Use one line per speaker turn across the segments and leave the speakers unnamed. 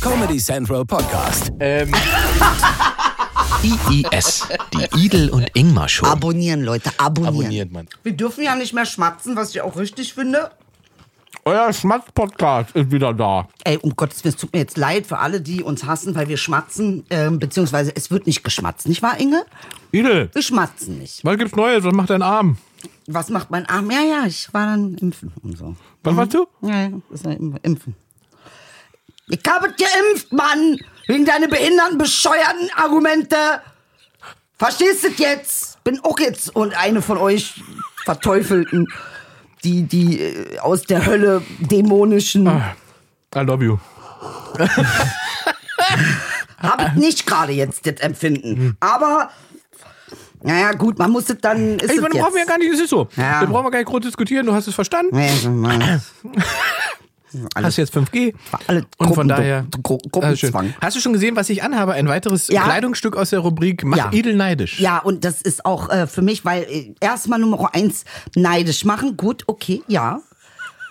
Comedy Central Podcast.
Ähm,
IIS, die Idel und Ingmar Show.
Abonnieren, Leute, abonnieren.
abonniert man.
Wir dürfen ja nicht mehr schmatzen, was ich auch richtig finde.
Euer Schmatz-Podcast ist wieder da.
Ey, um Gottes Willen, es tut mir jetzt leid für alle, die uns hassen, weil wir schmatzen, ähm, beziehungsweise es wird nicht geschmatzt, nicht wahr, Inge?
Idel,
Wir schmatzen nicht.
was gibt's Neues? Was macht dein Arm?
Was macht mein Arm? Ja, ja, ich war dann impfen und so.
Was machst du?
Ja, ja, ist ja im- impfen. Ich habe geimpft, Mann! Wegen deiner behinderten, bescheuerten Argumente! Verstehst du das jetzt? Bin auch jetzt und eine von euch Verteufelten, die, die äh, aus der Hölle dämonischen.
I love you.
Habe ich nicht gerade jetzt das Empfinden. Aber, naja, gut, man muss das dann. Ist
Ey,
das
wir
jetzt.
brauchen wir gar nicht, es ist so.
Ja.
Wir brauchen wir gar nicht groß diskutieren, du hast es verstanden.
Nee, so mal.
Hast jetzt 5G.
alle
Und von
Gruppen-
daher.
Gru- Gru-
Ah, schön.
Gruppenzwang.
Hast du schon gesehen, was ich anhabe? Ein weiteres
Ja.
Kleidungsstück aus der Rubrik Mach
Ja.
Idel neidisch.
Ja, und das ist auch äh, für mich, weil äh, erstmal Nummer eins neidisch machen. Gut, okay, ja.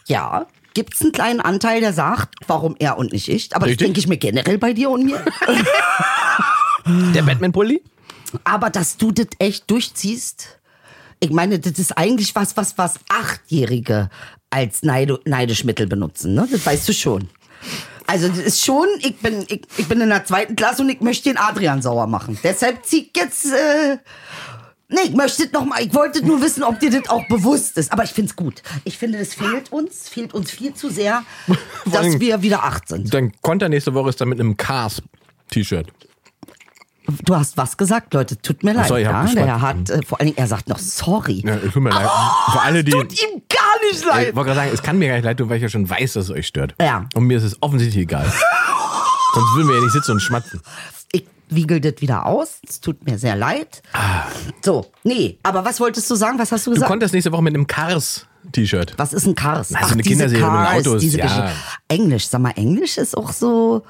Ja. Gibt's einen kleinen Anteil, der sagt, warum er und nicht ich? Aber
Richtig.
das denke ich mir generell bei dir und mir.
Der Batman-Pulli?
Aber dass du das echt durchziehst, ich meine, das ist eigentlich was, was, was Achtjährige als Neide, Neidischmittel benutzen, ne? Das weißt du schon. Also das ist schon, ich bin, ich, ich bin in der zweiten Klasse und ich möchte den Adrian sauer machen. Deshalb zieh ich jetzt, äh, nee, ich möchte das noch mal, ich wollte nur wissen, ob dir das auch bewusst ist. Aber ich find's gut. Ich finde, das fehlt uns, fehlt uns viel zu sehr, dass
allem-
wir wieder acht sind.
Dein Konter nächste Woche ist dann mit einem Cars-T-Shirt.
Du hast was gesagt, Leute, tut mir leid.
Sorry, ich hab
ja?
geschwatzt.
Der Herr hat, äh, vor allen Dingen, er sagt noch sorry.
Ja, tut mir leid. Für alle, die.
Oh, Tut ihm gar nicht
Ich
leid.
wollte gerade sagen, es kann mir gar nicht leid tun, weil ich ja schon weiß, dass es euch stört.
Ja.
Und mir ist es offensichtlich egal. Sonst würden wir ja nicht sitzen und schmatzen.
Ich wiegel das wieder aus. Es tut mir sehr leid. So, nee, aber was wolltest du sagen? Was hast du
Ah. Du
gesagt?
konntest nächste Woche mit einem Cars-T-Shirt.
was ist ein Cars?
Also eine Kinderserie mit Autos,
diese
ja.
Geschichte. Englisch, sag mal, Englisch ist auch so.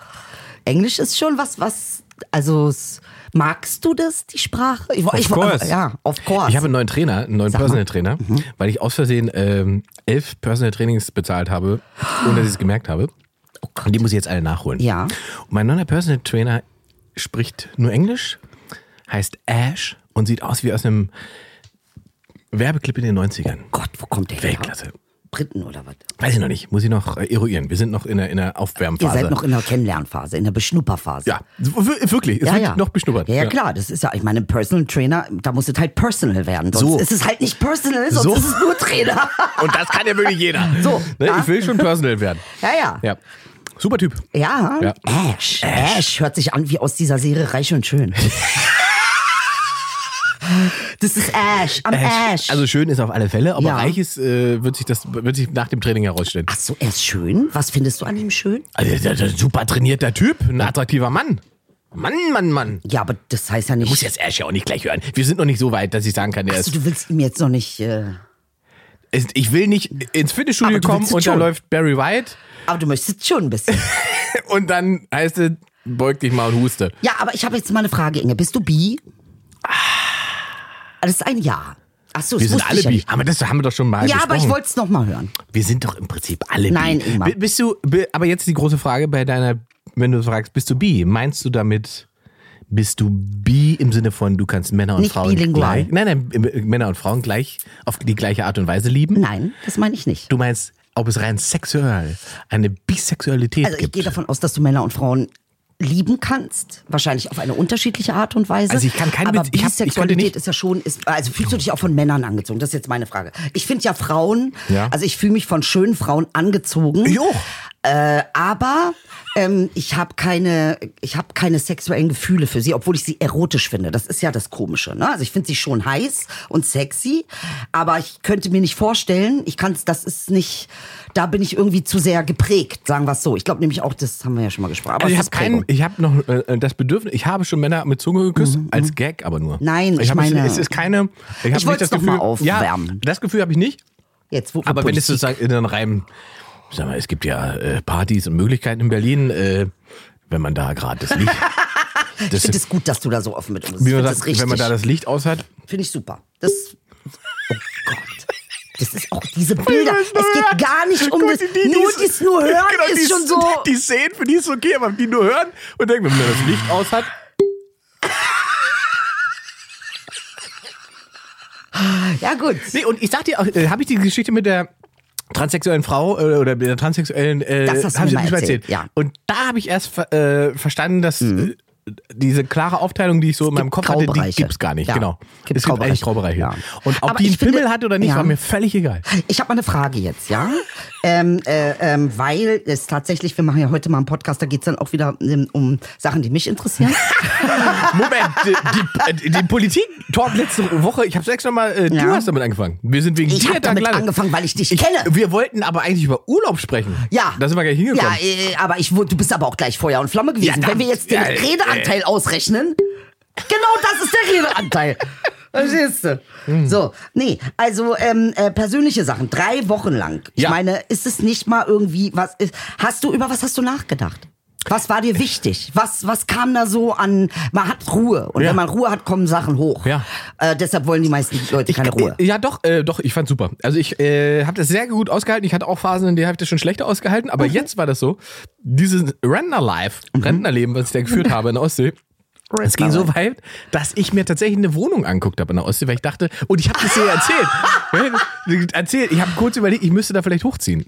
Englisch ist schon was, was. Also, s- magst du das, die Sprache? Ich, wo-
Of
ich, wo-
course.
Ja, of course.
Ich habe einen neuen Trainer, einen neuen
Sag mal. Mhm.
Personal Trainer, weil ich aus Versehen ähm, elf Personal Trainings bezahlt habe, ohne dass ich es gemerkt habe. Und die muss ich jetzt alle nachholen.
Oh Ja.
Und mein neuer Personal Trainer spricht nur Englisch, heißt Ash und sieht aus wie aus einem Werbeclip in den 90ern.
Gott, wo kommt der
Weltklasse.
her? Briten oder was?
Weiß ich noch nicht, muss ich noch äh, eruieren. Wir sind noch in der, in der
Ihr
Aufwärmphase.
seid noch in der Kennenlernphase, in der Beschnupperphase.
ja, w- wirklich. Es wird noch beschnuppert.
Ja, ja, klar, das ist ja, ich meine, Personal Trainer, da muss es halt personal werden. Sonst
So.
ist es halt nicht personal, sonst
So.
ist es nur Trainer.
Und das kann ja wirklich jeder.
So,
ne?
ja.
Ich will schon personal werden.
Ja, ja.
Ja. Super Typ.
Ja,
Ja.
Ash. Ash hört sich an wie aus dieser Serie Reich und Schön. das ist Ash, am Ash.
Also schön ist auf alle Fälle, aber
Ja.
reich ist, äh, wird, sich das, wird sich nach dem Training herausstellen.
Ach so, er ist schön? Was findest du an ihm schön?
Also, der, der, super trainierter Typ, ein attraktiver Mann. Mann, Mann, Mann.
Ja, aber das heißt ja nicht...
Muss jetzt Ash ja auch nicht gleich hören. Wir sind noch nicht so weit, dass ich sagen kann, der
also,
ist,
du willst ihm jetzt noch nicht... Äh,
ist. Ich will nicht ins Fitnessstudio
Aber du
kommen
willst
und da
schon.
läuft Barry White
aber du möchtest schon ein bisschen.
und dann heißt es, beug dich mal und huste.
ja, aber ich habe jetzt mal eine Frage, Inge. Bist du bi? Das ist ein Ja. Ach so,
Ah.
das
Wir sind
wusste
alle
ich ja
bi.
nicht.
Aber das haben wir doch schon mal
Ja, aber ich
besprochen.
wollte es nochmal hören.
Wir sind doch im Prinzip alle
Nein,
bi.
Ingmar.
B- Bist du, b- aber jetzt die große Frage bei deiner, wenn du fragst, bist du bi? Meinst du damit, bist du bi im Sinne von, du kannst Männer und
Nicht
Frauen
bilingual.
gleich, nein, nein, im- äh, Männer und Frauen gleich auf die gleiche Art und Weise lieben?
Nein, das meine ich nicht.
Du meinst, ob es rein sexuell eine Bisexualität
Also ich
gibt?
gehe davon aus, dass du Männer und Frauen lieben kannst, wahrscheinlich auf eine unterschiedliche Art und Weise.
Also ich kann keinen
Aber
Witz- ich hab- ich konnte
Bisexualität
nicht-
ist ja schon, ist, also fühlst du dich auch von Männern angezogen? Das ist jetzt meine Frage. Ich finde ja Frauen,
Ja.
also ich fühle mich von schönen Frauen angezogen.
Jo.
Äh, aber ähm, ich habe keine, ich habe keine sexuellen Gefühle für sie, obwohl ich sie erotisch finde. Das ist ja das Komische. Ne? Also ich finde sie schon heiß und sexy, aber ich könnte mir nicht vorstellen, ich kann das ist nicht, da bin ich irgendwie zu sehr geprägt, sagen wir es so. Ich glaube nämlich auch, das haben wir ja schon mal gesprochen. Aber
Also ich
es
habe
ist Prägung.
keinen, ich habe noch äh, das Bedürfnis, ich habe schon Männer mit Zunge geküsst, als Gag aber nur.
Mhm, Nein, ich
hab
meine-
es ist keine, ich, hab
Ich
nicht
wollt's
das
noch
Gefühl,
mal aufwärmen.
Ja, das Gefühl habe ich nicht.
Jetzt, wo wir
Aber wenn
Politik-
es sozusagen in den Reim, sag mal, es gibt ja äh, Partys und Möglichkeiten in Berlin, äh, wenn man da gerade das Licht, das,
ich finde es gut, dass du da so offen mit uns bist.
wie
Ich
man
finde das
sagt,
richtig.
wenn man da das Licht aus hat,
Finde ich super. Das. Oh Gott. Das ist auch diese Bilder. Es geht gar nicht um das. nur das nur hören ist
Genau,
schon
die,
so.
Die Szenen, für die ist okay, aber die nur hören und denken, wenn man das Licht aus hat.
Ja gut.
Nee, und ich sag dir, auch, äh, habe ich die Geschichte mit der transsexuellen Frau äh, oder mit der transsexuellen äh,
Das hast du
hab
mir
ich
mal
nicht mal
erzählt, ja. Mhm.
Und da habe ich erst ver- äh, verstanden, dass äh, diese klare Aufteilung, die ich so in meinem Kopf hatte, die
Graubereiche.
gibt's gar nicht.
Ja.
genau.
Gibt
es gibt eigentlich
Graubereiche.
Graubereiche.
Ja.
Und ob
Aber
die einen
ich finde-
Pimmel hat oder nicht,
Ja.
war mir völlig egal.
Ich habe mal eine Frage jetzt, ja? ähm, äh, ähm, weil es tatsächlich, wir machen ja heute mal einen Podcast, da geht's dann auch wieder ähm, um Sachen, die mich interessieren.
Moment, die, die, die Politik Talk letzte Woche, ich habe es extra mal, äh, du
Ja.
hast damit angefangen. Wir sind wegen
Ich
dir
habe
da
damit
gelandet.
angefangen, weil ich dich kenne.
Wir wollten aber eigentlich über Urlaub sprechen.
Ja.
Da sind wir gleich hingekommen.
Ja, äh, aber ich, wu- du bist aber auch gleich Feuer und Flamme gewesen.
Ja,
Wenn wir jetzt den
ja, äh,
Redeanteil ausrechnen, genau das ist der Redeanteil. Verstehst du?
Hm.
So, nee, also ähm, äh, persönliche Sachen, drei Wochen lang. Ich
Ja.
meine, ist es nicht mal irgendwie, was ist, hast du, über was hast du nachgedacht? Was war dir wichtig? Was, was kam da so an, man hat Ruhe. Und
Ja.
wenn man Ruhe hat, kommen Sachen hoch.
Ja.
Äh, deshalb wollen die meisten Leute keine Ruhe.
Äh, Ja, doch, äh, doch, ich fand's super. Also ich äh, habe das sehr gut ausgehalten. Ich hatte auch Phasen, in denen habe ich das schon schlechter ausgehalten, aber jetzt war das so, dieses Rentner-Life, Rentnerleben, was ich da geführt habe in der Ostsee. Mhm. Es ging so weit, dass ich mir tatsächlich eine Wohnung anguckt habe in der Ostsee, weil ich dachte, und ich habe das dir ja erzählt. erzählt, ich habe kurz überlegt, ich müsste da vielleicht hochziehen.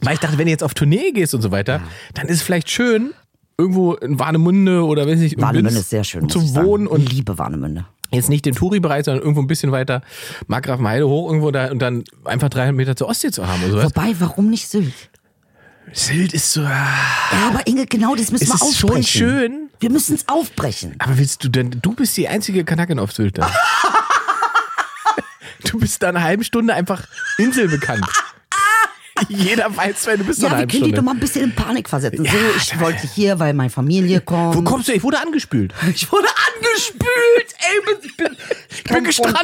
Weil ich dachte, wenn du jetzt auf Tournee gehst und so weiter, dann ist es vielleicht schön, irgendwo in Warnemünde oder weiß ich, in
Warnemünde
Binz
ist sehr schön. muss ich
zu
sagen.
wohnen und
Liebe Warnemünde.
jetzt nicht den Touri-Bereich, sondern irgendwo ein bisschen weiter Markgrafenheide hoch irgendwo da und dann einfach 300 Meter zur Ostsee zu haben oder sowas.
Wobei, warum nicht Sylt?
Sylt ist so, ah,
Ja, aber Inge, genau das müssen
es
wir
ist
aufbrechen.
schon schön.
Wir müssen es aufbrechen.
Aber willst du denn, du bist die einzige Kanakin auf Sylt dann. du bist da eine halbe Stunde einfach Insel bekannt. Jeder weiß, wenn du bist da
Ja,
eine
wir
halbe
können die doch
Stunde.
mal ein bisschen in Panik versetzen.
Ja,
so, ich wollte hier, weil meine Familie kommt.
Wo kommst du? Ich wurde angespült.
Ich wurde angespült. Ey, ich bin, ich
Ich bin gestrandet.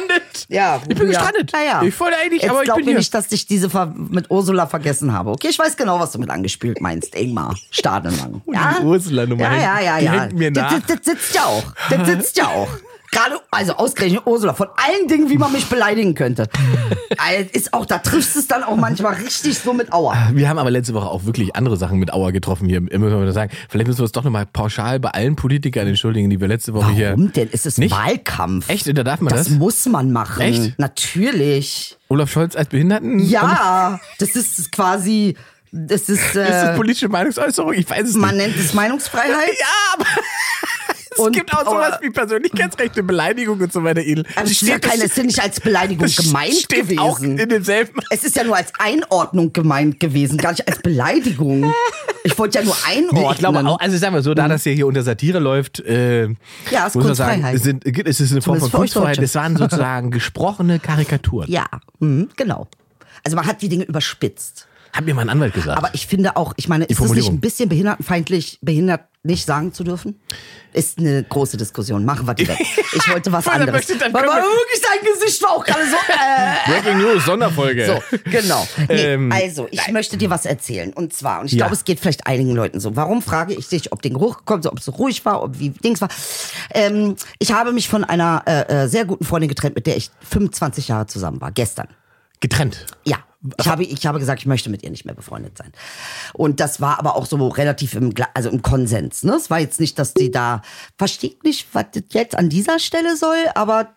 Ja,
ich bin
ja.
gestrandet.
Ja, ja.
Ich wollte eigentlich,
Jetzt
aber ich
glaub
bin
mir
hier.
nicht, dass ich diese Ver mit Ursula vergessen habe. Okay, ich weiß genau, was du mit angespült meinst, Ingmar. Stadenlang. Ja?
Oh, Ursula, du
Ja,
meinst,
ja, ja,
die
ja.
hängt mir
das,
nach.
das, das sitzt ja auch. Das sitzt ja auch. Gerade, also ausgerechnet Ursula, von allen Dingen, wie man mich beleidigen könnte. Also, ist auch, da triffst du es dann auch manchmal richtig so mit Aua.
Wir haben aber letzte Woche auch wirklich andere Sachen mit Auer getroffen hier, äh, müssen wir mal sagen. Vielleicht müssen wir uns doch nochmal pauschal bei allen Politikern entschuldigen, die wir letzte Woche Ah, hier.
Warum denn? Es ist
nicht?
Wahlkampf.
Echt? Da darf man
Das
das?
muss man machen.
Echt?
Natürlich.
Olaf Scholz als Behinderten?
Ja, das ist quasi, das ist,
Ist das
äh,
politische Meinungsäußerung? Ich weiß es
man
nicht.
nennt es Meinungsfreiheit.
Ja, aber es
Und-
gibt auch sowas
aber-
wie Persönlichkeitsrechte, Beleidigung und so weiter. Edel.
Also es ist ja keine, es ist ja nicht als Beleidigung
das
gemeint
steht
gewesen.
auch in demselben.
Es ist ja nur als Einordnung gemeint gewesen, gar nicht als Beleidigung. Ich wollte ja nur einordnen.
Nee, ich glaube auch, also sagen wir so, da das hier, hier unter Satire läuft, äh,
Mhm. Ja, ist
muss man sagen,
Kunstfreiheit.
es, sind, äh, es ist eine Form
Zumindest
von
für euch
Kunstfreiheit.
Deutsche.
Es waren sozusagen gesprochene Karikaturen.
Ja, mhm, genau. Also man hat die Dinge überspitzt.
Hat mir mein Anwalt gesagt.
Aber ich finde auch, ich meine, ist das nicht
Formulierung.
ein bisschen behindertenfeindlich, behindert nicht sagen zu dürfen? Ist eine große Diskussion. Machen wir die weg. Ich wollte was
Weil dann
anderes.
möchte- dann
Weil
können
man
wir-
wirklich sein Gesicht war auch gerade so. Äh.
Breaking News, Sonderfolge.
So, genau. Nee,
Ähm,
also, ich möchte dir was erzählen. Und zwar, und ich
Ja.
glaube, es geht vielleicht einigen Leuten so. Warum frage ich dich, ob den Geruch gekommen ist, ob es so ruhig war, ob wie Dings war? Ähm, ich habe mich von einer äh, äh, sehr guten Freundin getrennt, mit der ich 25 Jahre zusammen war, gestern.
Getrennt.
Ja. Ich habe, ich habe gesagt, ich möchte mit ihr nicht mehr befreundet sein. Und das war aber auch so relativ im, Gla- also im Konsens. Ne? Es war jetzt nicht, dass die da, versteht nicht, was das jetzt an dieser Stelle soll, aber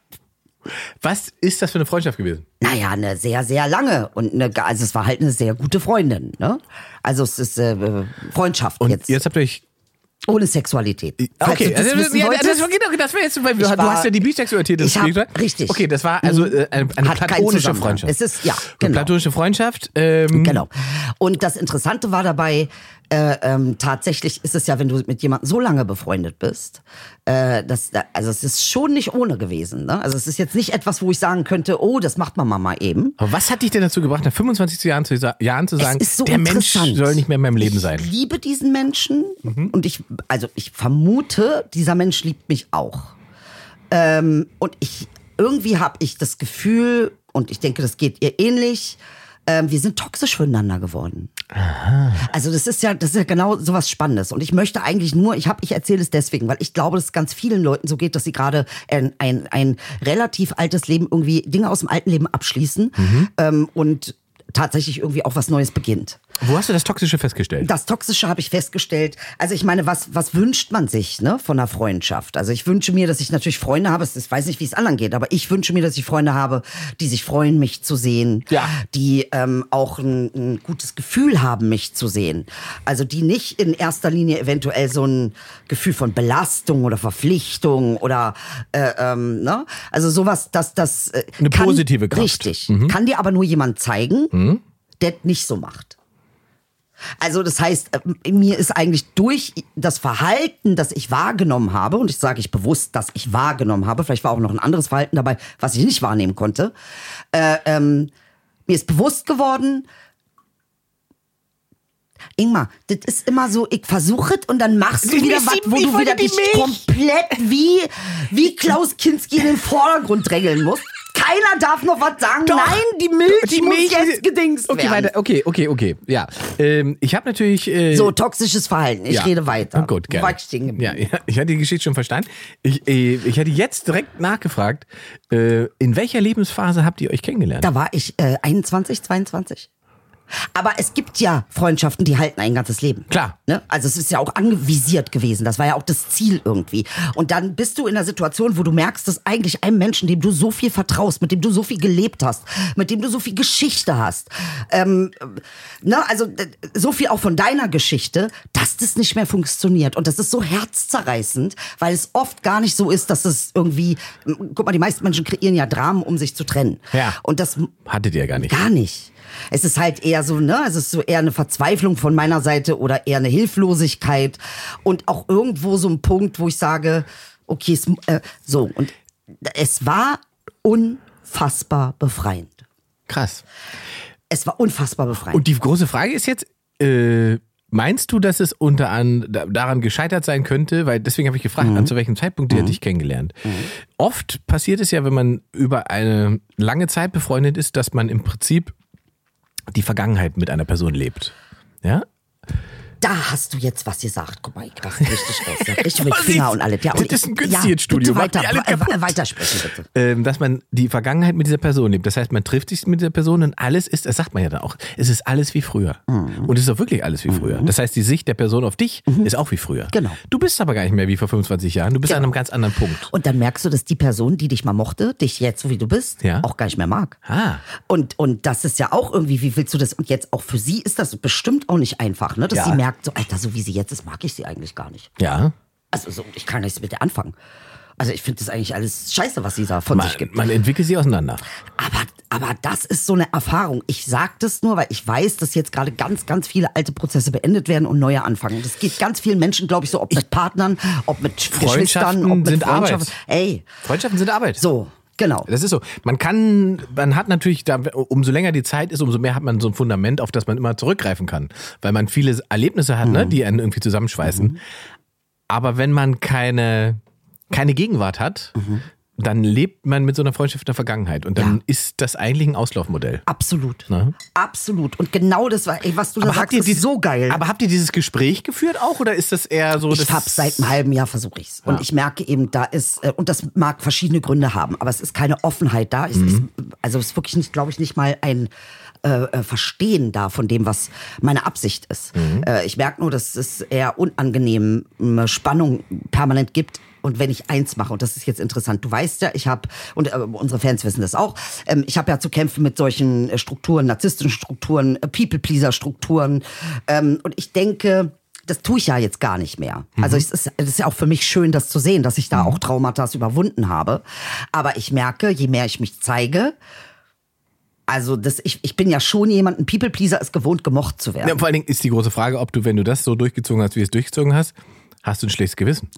Was ist das für eine Freundschaft gewesen?
naja, eine ne, sehr, sehr lange. Und eine, ga- also es war halt eine sehr gute Freundin. Ne? Also es ist äh, äh, Freundschaft
Und
jetzt.
jetzt habt ihr euch.
Ohne Sexualität. Falls
Okay,
du das
also,
wissen
ja, das,
wolltest,
war- genau, das war jetzt, weil du,
Ich
du
war-
hast ja die Bisexualität
Ich hab-
Spiel gebracht.
richtig.
Okay, das war also äh, eine, eine
Hat keinen
platonische
Zusammenhang.
Freundschaft.
Es ist- ja,
Eine
genau.
platonische Freundschaft. Ähm,
Genau. Und das Interessante war dabei, äh, ähm, tatsächlich ist es ja, wenn du mit jemandem so lange befreundet bist, äh, das, also es ist schon nicht ohne gewesen. Ne? Also es ist jetzt nicht etwas, wo ich sagen könnte, oh, das macht man mal mal eben.
Aber was hat dich denn dazu gebracht, nach 25 Jahren zu, sa- Jahren zu sagen,
ist so
der Mensch
interessant.
soll nicht mehr in meinem Leben
Ich
sein? Mhm.
liebe diesen Menschen und ich, also ich vermute, dieser Mensch liebt mich auch. Ähm, und ich, irgendwie habe ich das Gefühl, und ich denke, das geht ihr ähnlich, ähm, wir sind toxisch füreinander geworden. Also das ist ja, das ist ja genau sowas Spannendes. Und ich möchte eigentlich nur, ich habe, ich erzähle es deswegen, weil ich glaube, dass es ganz vielen Leuten so geht, dass sie gerade ein, ein, ein relativ altes Leben irgendwie Dinge aus dem alten Leben abschließen
Mhm.
ähm, und tatsächlich irgendwie auch was Neues beginnt.
Wo hast du das Toxische festgestellt?
Das Toxische habe ich festgestellt. Also ich meine, was, was wünscht man sich ne, von einer Freundschaft? Also ich wünsche mir, dass ich natürlich Freunde habe. Es- Ich weiß nicht, wie es anderen geht, aber ich wünsche mir, dass ich Freunde habe, die sich freuen, mich zu sehen.
Ja.
Die ähm, auch ein, ein gutes Gefühl haben, mich zu sehen. Also die nicht in erster Linie eventuell so ein Gefühl von Belastung oder Verpflichtung oder äh, ähm, ne? Also sowas, dass das äh,
Eine positive Kraft. Mhm.
Richtig. Kann dir aber nur jemand zeigen, der nicht so macht. Also das heißt, äh, mir ist eigentlich durch das Verhalten, das ich wahrgenommen habe, und ich sage ich bewusst, dass ich wahrgenommen habe, vielleicht war auch noch ein anderes Verhalten dabei, was ich nicht wahrnehmen konnte, äh, ähm, mir ist bewusst geworden, Ingmar, das ist immer so, ich versuche es und dann machst du
Ich
wieder
will
was,
sie-
wo
ich
du
wollte
wieder
die
dich
Milch.
komplett wie, wie Klaus Kinski in den Vordergrund drängeln musst. Keiner darf noch was sagen. Nein, die Milch muss jetzt gedingst
Okay,
werden.
weiter. Okay, okay, okay. Ja. Ähm, ich habe natürlich. Äh,
So, toxisches Verhalten. Ich
ja.
rede weiter.
Gut,
Wo
gerne.
war ich stehen geblieben?
Ja, ja, ich hatte die Geschichte schon verstanden. Ich, äh, ich hatte jetzt direkt nachgefragt, äh, in welcher Lebensphase habt ihr euch kennengelernt?
Da war ich äh, 21, 22. Aber es gibt ja Freundschaften, die halten ein ganzes Leben.
Klar.
Ne? Also es ist ja auch angevisiert gewesen. Das war ja auch das Ziel irgendwie. Und dann bist du in einer Situation, wo du merkst, dass eigentlich einem Menschen, dem du so viel vertraust, mit dem du so viel gelebt hast, mit dem du so viel Geschichte hast, ähm, ne? also d- so viel auch von deiner Geschichte, dass das nicht mehr funktioniert. Und das ist so herzzerreißend, weil es oft gar nicht so ist, dass es irgendwie, guck mal, die meisten Menschen kreieren ja Dramen, um sich zu trennen.
Ja.
Und das
Hattet ihr gar nicht.
Gar nicht. Es ist halt eher so, ne, es ist so eher eine Verzweiflung von meiner Seite oder eher eine Hilflosigkeit und auch irgendwo so ein Punkt, wo ich sage, okay, es, äh, so und es war unfassbar befreiend.
Krass.
Es war unfassbar befreiend.
Und die große Frage ist jetzt, äh, meinst du, dass es unter an, da, daran gescheitert sein könnte? Weil deswegen habe ich gefragt,
Mhm.
an zu welchem Zeitpunkt ihr dich kennengelernt? Oft passiert es ja, wenn man über eine lange Zeit befreundet ist, dass man im Prinzip die Vergangenheit mit einer Person lebt. Ja?
da hast du jetzt was gesagt. Guck mal, ich raste richtig aus. ne? Richtig mit Finger und alles. Ja, und
Das ist ein
ich-
Günstiet-Studio.
Ja,
Macht
bitte
die alle
weiter,
kaputt.
äh, weitersprechen, bitte.
ähm, dass man die Vergangenheit mit dieser Person lebt. Das heißt, man trifft sich mit der Person und alles ist, das sagt man ja dann auch, es ist alles wie früher.
Mhm.
Und es ist auch wirklich alles wie früher. Das heißt, die Sicht der Person auf dich ist auch wie früher.
Genau.
Du bist aber gar nicht mehr wie vor 25 Jahren. Du bist an einem ganz anderen Punkt.
Und dann merkst du, dass die Person, die dich mal mochte, dich jetzt, so wie du bist,
Ja.
auch gar nicht mehr mag.
Ah.
Und, und das ist ja auch irgendwie, wie willst du das? Und jetzt auch für sie ist das bestimmt auch nicht einfach, ne? Dass
Ja.
sie merkt, so, Alter, so wie sie jetzt ist, mag ich sie eigentlich gar nicht.
Ja.
Also so, ich kann nichts mit der anfangen. Also ich finde das eigentlich alles scheiße, was sie da von
Man,
sich gibt.
man entwickelt sie auseinander.
Aber, aber das ist so eine Erfahrung. Ich sag das nur, weil ich weiß, dass jetzt gerade ganz, ganz viele alte Prozesse beendet werden und neue anfangen. Das geht ganz vielen Menschen, glaube ich, so, ob mit Partnern, ob mit Geschwistern, ob mit
sind Arbeit.
Freundschaften. Ey,
Freundschaften sind Arbeit.
so, genau.
Das ist so. Man kann, man hat natürlich, da, umso länger die Zeit ist, umso mehr hat man so ein Fundament, auf das man immer zurückgreifen kann. Weil man viele Erlebnisse hat, ne, die einen irgendwie zusammenschweißen. Aber wenn man keine, keine Gegenwart hat, dann lebt man mit so einer Freundschaft in der Vergangenheit. Und dann
Ja.
ist das eigentlich ein Auslaufmodell.
Absolut.
Ne?
Absolut. Und genau das, war- ey, was du da sagst, ist
dieses-
so geil.
Aber habt ihr dieses Gespräch geführt auch? Oder ist das eher so,
ich hab's seit einem halben Jahr versuche ich's. Und ich merke eben, da ist, äh, und das mag verschiedene Gründe haben, aber es ist keine Offenheit da. Es
Mhm.
ist, also es ist wirklich nicht, glaube ich, nicht mal ein äh, äh, Verstehen da von dem, was meine Absicht ist.
Mhm.
Äh, ich merke nur, dass es eher unangenehme Spannung permanent gibt. Und wenn ich eins mache, und das ist jetzt interessant, du weißt ja, ich habe, und äh, unsere Fans wissen das auch, ähm, ich habe ja zu kämpfen mit solchen äh, Strukturen, narzisstischen Strukturen, äh, People-Pleaser-Strukturen. Ähm, und ich denke, das tue ich ja jetzt gar nicht mehr.
Mhm.
Also es ist, es ist ja auch für mich schön, das zu sehen, dass ich da auch Traumata überwunden habe. Aber ich merke, je mehr ich mich zeige, also das, ich, ich bin ja schon jemand, ein People-Pleaser ist gewohnt, gemocht zu werden.
Ja, vor allen Dingen ist die große Frage, ob du, wenn du das so durchgezogen hast, wie du es durchgezogen hast, hast du ein schlechtes Gewissen.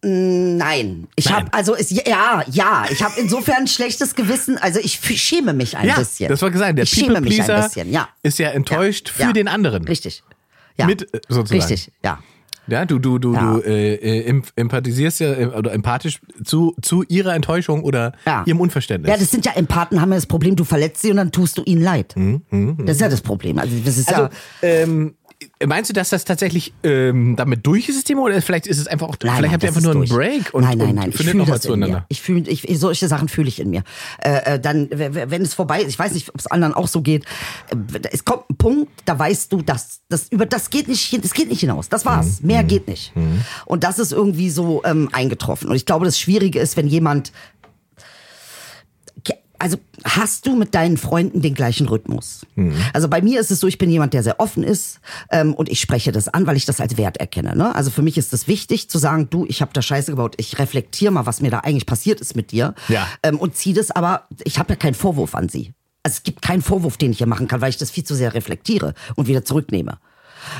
Nein, ich habe also es, ja, ja, ich habe insofern ein schlechtes Gewissen. Also ich f- schäme mich ein bisschen.
das war gesagt. Der
ich schäme mich ein
People-Pleaser
bisschen, ja.
ist ja enttäuscht für
ja.
den anderen.
Richtig. Ja.
Mit, äh, sozusagen.
Richtig, ja.
Ja, du, du, du,
Ja.
du äh, äh, emp- empathisierst ja äh, oder empathisch zu, zu ihrer Enttäuschung oder
Ja.
ihrem Unverständnis.
Ja, das sind ja Empathen, haben ja das Problem, du verletzt sie und dann tust du ihnen leid. Das ist ja das Problem. Also, das ist ja.
Mhm, also, ähm, meinst du, dass das tatsächlich ähm, damit durch ist, das Thema? Oder vielleicht ist es einfach auch, vielleicht habt ihr
das
einfach nur einen
ist durch.
Break und,
nein, nein, nein.
und
ich
findet
fühle
nochmal
das in mir.
zueinander.
Ich fühle, ich, solche Sachen fühle ich in mir. Äh, äh, dann, w- w- wenn es vorbei ist, ich weiß nicht, ob es anderen auch so geht. äh, Es kommt ein Punkt, da weißt du, das, das über das geht nicht, hin- das geht nicht hinaus. Das war's.
Mhm.
Mehr geht nicht. Und das ist irgendwie so ähm, eingetroffen. Und ich glaube, das Schwierige ist, wenn jemand Ke- also hast du mit deinen Freunden den gleichen Rhythmus? Also bei mir ist es so, ich bin jemand, der sehr offen ist ähm, und ich spreche das an, weil ich das als Wert erkenne. Ne? Also für mich ist es wichtig zu sagen, du, ich habe da Scheiße gebaut, ich reflektiere mal, was mir da eigentlich passiert ist mit dir
Ja.
ähm, und ziehe das aber, ich habe ja keinen Vorwurf an sie. Also es gibt keinen Vorwurf, den ich hier machen kann, weil ich das viel zu sehr reflektiere und wieder zurücknehme.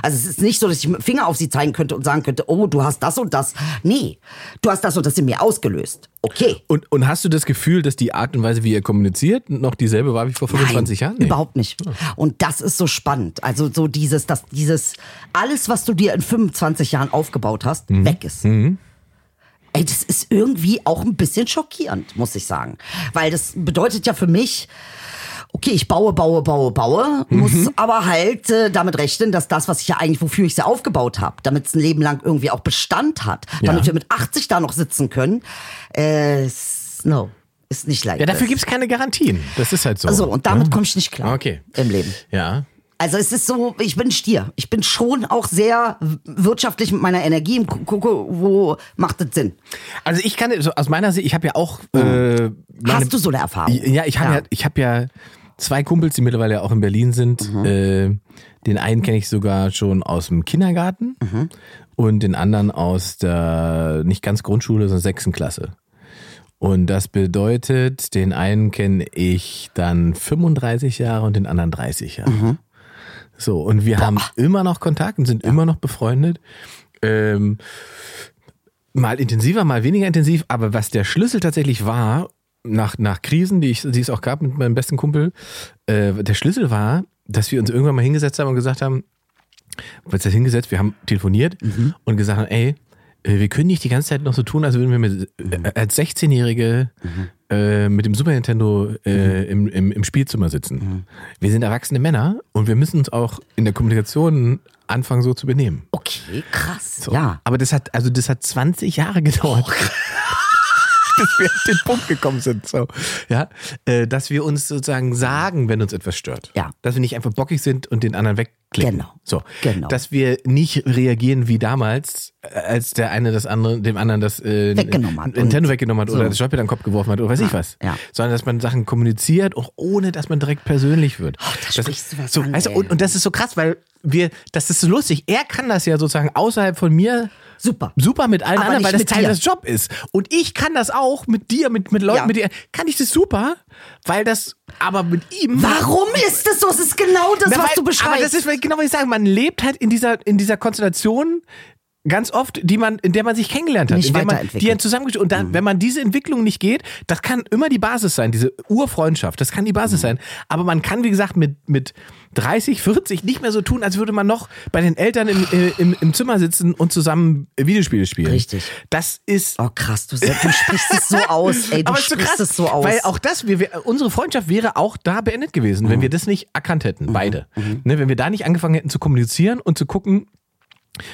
Also es ist nicht so, dass ich mit dem Finger auf sie zeigen könnte und sagen könnte, oh, du hast das und das. Nee, du hast das und das in mir ausgelöst. Okay.
Und, und hast du das Gefühl, dass die Art und Weise, wie ihr kommuniziert, noch dieselbe war wie vor 25
Nein,
Jahren? Nee.
Überhaupt nicht. Und das ist so spannend. Also so dieses, dass dieses, alles, was du dir in 25 Jahren aufgebaut hast,
Mhm.
weg ist. Ey, das ist irgendwie auch ein bisschen schockierend, muss ich sagen. Weil das bedeutet ja für mich, okay, ich baue, baue, baue, baue,
Mhm.
muss aber halt äh, damit rechnen, dass das, was ich ja eigentlich, wofür ich sie aufgebaut habe, damit es ein Leben lang irgendwie auch Bestand hat,
Ja.
damit wir mit 80 da noch sitzen können, äh, s- no, ist nicht leicht.
Ja, dafür gibt's keine Garantien. Das ist halt so.
So, und damit komme ich nicht klar
Okay.
im Leben.
Ja.
Also es ist so, ich bin ein Stier. Ich bin schon auch sehr wirtschaftlich mit meiner Energie und gu- gucke, wo macht das Sinn.
Also ich kann, so aus meiner Sicht, ich habe ja auch. Äh, meine,
Hm. Hast du so eine Erfahrung?
Ja, ich habe ja.
Ja.
ich habe ja zwei Kumpels, die mittlerweile auch in Berlin sind. Äh, den einen kenne ich sogar schon aus dem Kindergarten und den anderen aus der nicht ganz Grundschule, sondern sechsten Klasse. Und das bedeutet, den einen kenne ich dann 35 Jahre und den anderen 30 Jahre. So, und wir haben immer noch Kontakt und sind immer noch befreundet. Ähm, mal intensiver, mal weniger intensiv, aber was der Schlüssel tatsächlich war, nach, nach Krisen, die, ich, die es auch gab mit meinem besten Kumpel, äh, der Schlüssel war, dass wir uns irgendwann mal hingesetzt haben und gesagt haben, was heißt hingesetzt, wir haben telefoniert und gesagt haben, ey, äh, wir können nicht die ganze Zeit noch so tun, als würden wir mit, äh, als 16-Jährige äh, mit dem Super Nintendo äh, im, im, im Spielzimmer sitzen. Wir sind erwachsene Männer und wir müssen uns auch in der Kommunikation anfangen, so zu benehmen.
Okay, krass.
So.
Ja. Oh,
Aber das hat, also das hat 20 Jahre gedauert. bis wir auf den Punkt gekommen sind. So. Ja, äh, dass wir uns sozusagen sagen, wenn uns etwas stört.
Ja.
Dass wir nicht einfach bockig sind und den anderen wegklicken.
Genau.
So.
Genau.
Dass wir nicht reagieren wie damals, äh, als der eine das andere, dem anderen das äh,
Weggenommen hat.
Nintendo
Und- Ah,
weggenommen hat oder das Joypad an den Kopf geworfen hat oder weiß ich was.
ja.
Sondern dass man Sachen kommuniziert, auch ohne dass man direkt persönlich wird.
da
Das-
sprichst du was
so,
an,
weißt du,
ey.
und, und das ist so krass, weil wir, das ist so lustig. Er kann das ja sozusagen außerhalb von mir
Super.
super mit allen
Aber
anderen,
nicht
weil das
mit
Teil
dir.
des Jobs ist. Und ich kann das auch mit dir, mit, mit Leuten,
Ja.
mit dir, kann ich das super, weil das, aber mit ihm.
Warum ist das so? Es ist genau das, was
Na, weil-
du
Aber
beschreibst.
das ist genau, was ich sage. Man lebt halt in dieser, in dieser Konstellation ganz oft, die man, in der man sich kennengelernt hat,
Nicht
in der man,
weiterentwickelt.
die dann zusammengestellt und dann, wenn man diese Entwicklung nicht geht, das kann immer die Basis sein, diese Urfreundschaft, das kann die Basis sein. Aber man kann, wie gesagt, mit, mit 30, 40 nicht mehr so tun, als würde man noch bei den Eltern im, äh, im, im Zimmer sitzen und zusammen Videospiele spielen.
Richtig.
Das ist
oh krass, du, du sprichst es so aus. Ey, du
aber ist so
sprichst
krass,
es so aus.
weil auch das, wir, wir, unsere Freundschaft wäre auch da beendet gewesen,
Mhm.
wenn wir das nicht erkannt hätten, beide. Ne, wenn wir da nicht angefangen hätten zu kommunizieren und zu gucken,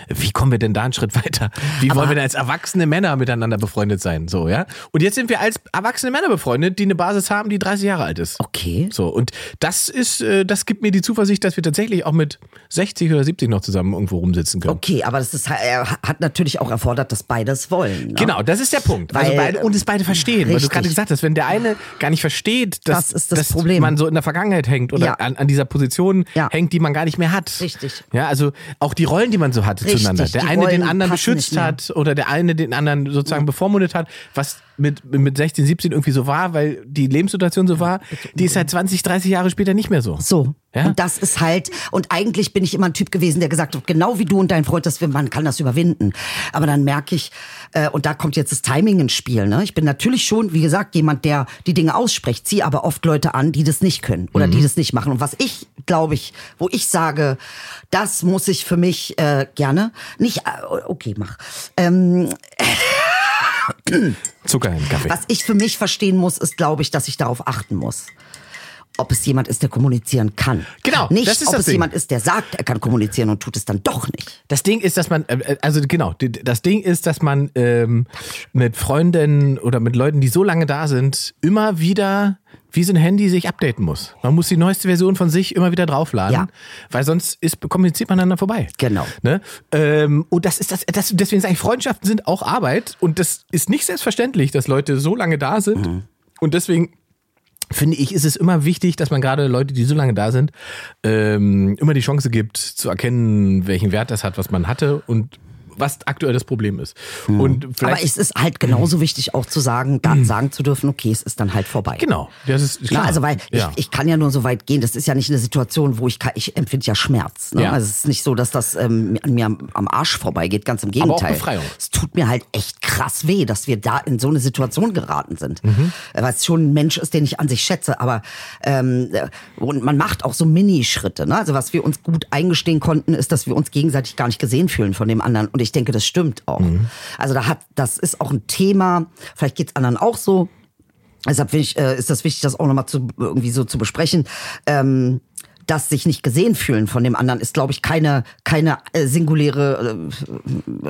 wie kommen wir denn da einen Schritt weiter? Wie wollen wir denn als erwachsene Männer miteinander befreundet sein? So, ja? Und jetzt sind wir als erwachsene Männer befreundet, die eine Basis haben, die 30 Jahre alt ist.
okay.
So, und das ist, äh, das gibt mir die Zuversicht, dass wir tatsächlich auch mit 60 oder 70 noch zusammen irgendwo rumsitzen können.
Okay, aber das ist, er hat natürlich auch erfordert, dass beides wollen. Ne?
Genau, das ist der Punkt. also
Weil, ähm,
beide, und es beide verstehen, weil du
richtig.
gerade gesagt hast, wenn der eine gar nicht versteht, dass,
Das ist das
dass
Problem.
man so in der Vergangenheit hängt oder
Ja.
an, an dieser Position
Ja.
hängt, die man gar nicht mehr hat.
Richtig.
Ja, also auch die Rollen, die man so hatte
Richtig,
zueinander. Der
die
eine den
Rollen passen
anderen beschützt
nicht mehr.
hat oder der eine den anderen sozusagen bevormundet hat, was mit, mit 16, 17 irgendwie so war, weil die Lebenssituation so war, die ist halt 20, 30 Jahre später nicht mehr so.
So.
Ja?
Und das ist halt, und eigentlich bin ich immer ein Typ gewesen, der gesagt hat, genau wie du und dein Freund, dass wir, man kann das überwinden. Aber dann merke ich, äh, und da kommt jetzt das Timing ins Spiel. Ne? Ich bin natürlich schon, wie gesagt, jemand, der die Dinge ausspricht, ziehe aber oft Leute an, die das nicht können oder
Mhm.
die das nicht machen. Und was ich, glaube ich, wo ich sage, das muss ich für mich, äh, ja, gerne. Nicht, äh, okay, mach. Ähm,
Zucker im Kaffee.
was ich für mich verstehen muss, ist, glaube ich, dass ich darauf achten muss. Ob es jemand ist, der kommunizieren kann.
Genau,
Nicht,
das ist
ob
das
es
Ding.
jemand ist, der sagt, er kann kommunizieren und tut es dann doch nicht.
Das Ding ist, dass man, äh, also genau, d- das Ding ist, dass man ähm, mit Freunden oder mit Leuten, die so lange da sind, immer wieder wie so ein Handy sich updaten muss. Man muss die neueste Version von sich immer wieder draufladen,
Ja.
weil sonst ist, kommuniziert man aneinander vorbei.
Genau.
Ne? Ähm, und das ist das, das, deswegen sage ich, Freundschaften sind auch Arbeit und das ist nicht selbstverständlich, dass Leute so lange da sind
Mhm.
und deswegen finde ich, ist es immer wichtig, dass man gerade Leute, die so lange da sind, ähm, immer die Chance gibt, zu erkennen, welchen Wert das hat, was man hatte und was aktuell das Problem ist. Und vielleicht. Mhm.
Aber es ist halt genauso wichtig, auch zu sagen, da sagen zu dürfen, okay, es ist dann halt vorbei.
genau, das ist klar.
Na, also weil
ja.
ich, ich kann ja nur so weit gehen. Das ist ja nicht eine Situation, wo ich kann, ich empfinde ja Schmerz. Ne?
Ja.
Also es ist nicht so, dass das ähm, an mir am, am Arsch vorbeigeht. Ganz im Gegenteil.
auch Befreiung.
Es tut mir halt echt krass weh, dass wir da in so eine Situation geraten sind,
Mhm.
Äh, weil es schon ein Mensch ist, den ich an sich schätze. Aber ähm, äh, und man macht auch so Minischritte. Ne? Also was wir uns gut eingestehen konnten, ist, dass wir uns gegenseitig gar nicht gesehen fühlen von dem anderen. Und ich denke, das stimmt auch.
Mhm.
Also da hat das ist auch ein Thema. Vielleicht geht's anderen auch so. Deshalb finde ich, äh, ist das wichtig, das auch nochmal zu, irgendwie so zu besprechen. Ähm, das sich nicht gesehen fühlen von dem anderen ist, glaube ich, keine, keine äh, singuläre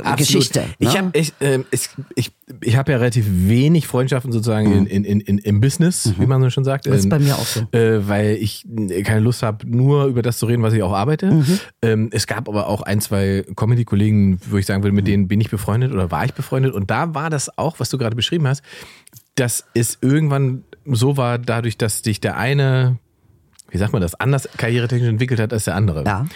äh, Geschichte. Ne?
Ich habe ich, ähm, ich, ich, ich hab ja relativ wenig Freundschaften sozusagen in, in, in, in, im Business, wie man so schon sagt.
Mhm. Das ist
Ähm,
bei mir auch so.
Äh, weil ich äh, keine Lust habe, nur über das zu reden, was ich auch arbeite.
Mhm.
Ähm, es gab aber auch ein, zwei Comedy-Kollegen, wo ich sagen würde,
Mhm.
mit denen bin ich befreundet oder war ich befreundet. Und da war das auch, was du gerade beschrieben hast, dass es irgendwann so war, dadurch, dass dich der eine wie sagt man das, anders karrieretechnisch entwickelt hat als der andere.
Ja.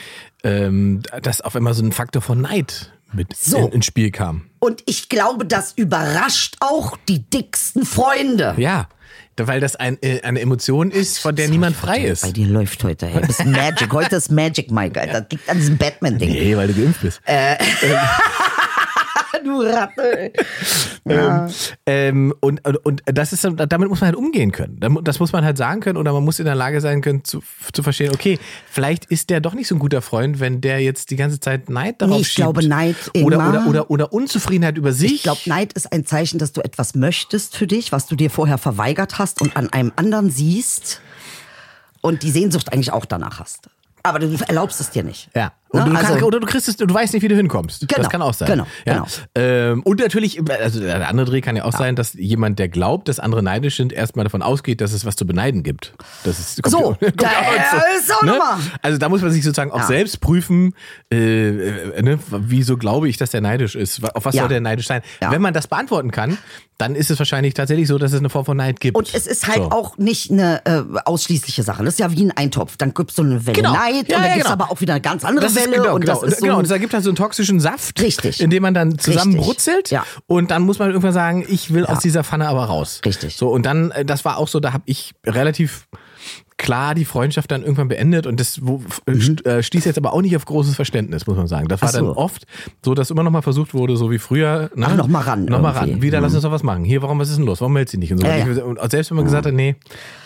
Ähm, dass auf einmal so ein Faktor von Neid mit
So.
in, ins Spiel kam.
Und ich glaube, das überrascht auch die dicksten Freunde.
Ja, da- weil das ein, äh, eine Emotion ist, von der niemand frei
Bei
ist.
dir läuft heute, ey. Das ist Magic. Heute ist Magic, Mike, Alter. Das liegt an diesem Batman-Ding.
Nee, weil du geimpft bist.
Äh, Du Ratte, ey.
Ähm, ähm, und, und, und das ist, damit muss man halt umgehen können. Da mu- Das muss man halt sagen können oder man muss in der Lage sein können zu, zu verstehen, okay, vielleicht ist der doch nicht so ein guter Freund, wenn der jetzt die ganze Zeit Neid darauf
Nee, ich
schiebt.
glaube, Neid
oder,
immer.
oder, oder, oder Unzufriedenheit über sich.
Ich glaube, Neid ist ein Zeichen, dass du etwas möchtest für dich, was du dir vorher verweigert hast und an einem anderen siehst und die Sehnsucht eigentlich auch danach hast. Aber du erlaubst es dir nicht.
Ja.
Ne?
Und du kannst,
Also-
oder du kriegst es, du weißt nicht, wie du hinkommst.
Genau,
das kann auch sein.
genau,
ja.
genau.
Ähm, und natürlich, also der andere Dreh kann ja auch sein, dass jemand, der glaubt, dass andere neidisch sind, erstmal davon ausgeht, dass es was zu beneiden gibt. Das ist kommt
So,
ja auch- kommt
da
ja auch
ist auch nochmal.
Also da muss man sich sozusagen auch
Ja.
selbst prüfen, äh, äh, ne, wieso glaube ich, dass der neidisch ist? Auf was
Ja.
soll der neidisch sein?
Ja.
Wenn man das beantworten kann, dann ist es wahrscheinlich tatsächlich so, dass es eine Form von Neid gibt.
Und es ist halt
So.
auch nicht eine äh, ausschließliche Sache. Das ist ja wie ein Eintopf. Dann gibt's so eine Welle
Genau.
Neid
Ja,
und dann
ja,
gibt's
genau.
aber auch wieder eine ganz andere
Das ist-
Welle.
genau,
und
genau,
das ist so
genau.
ein-
und da gibt halt so einen toxischen Saft,
Richtig.
in dem man dann zusammenbrutzelt.
Ja.
Und dann muss man halt irgendwann sagen, ich will aus dieser Pfanne aber raus.
Richtig.
So und dann, äh, das war auch so, da habe ich relativ klar die Freundschaft dann irgendwann beendet und das wo, st- äh, stieß jetzt aber auch nicht auf großes Verständnis, muss man sagen. Das war
Mhm. Ach so.
dann oft so, dass immer noch mal versucht wurde, so wie früher. Ne?
Ach, noch mal ran
Noch mal
irgendwie. Mhm.
ran. Wieder, lass uns doch was machen. Hier, warum, was ist denn los? Warum meldet sie nicht? Und, so.
Ja,
und, ich,
ja. Mhm.
und selbst wenn man gesagt hat, nee,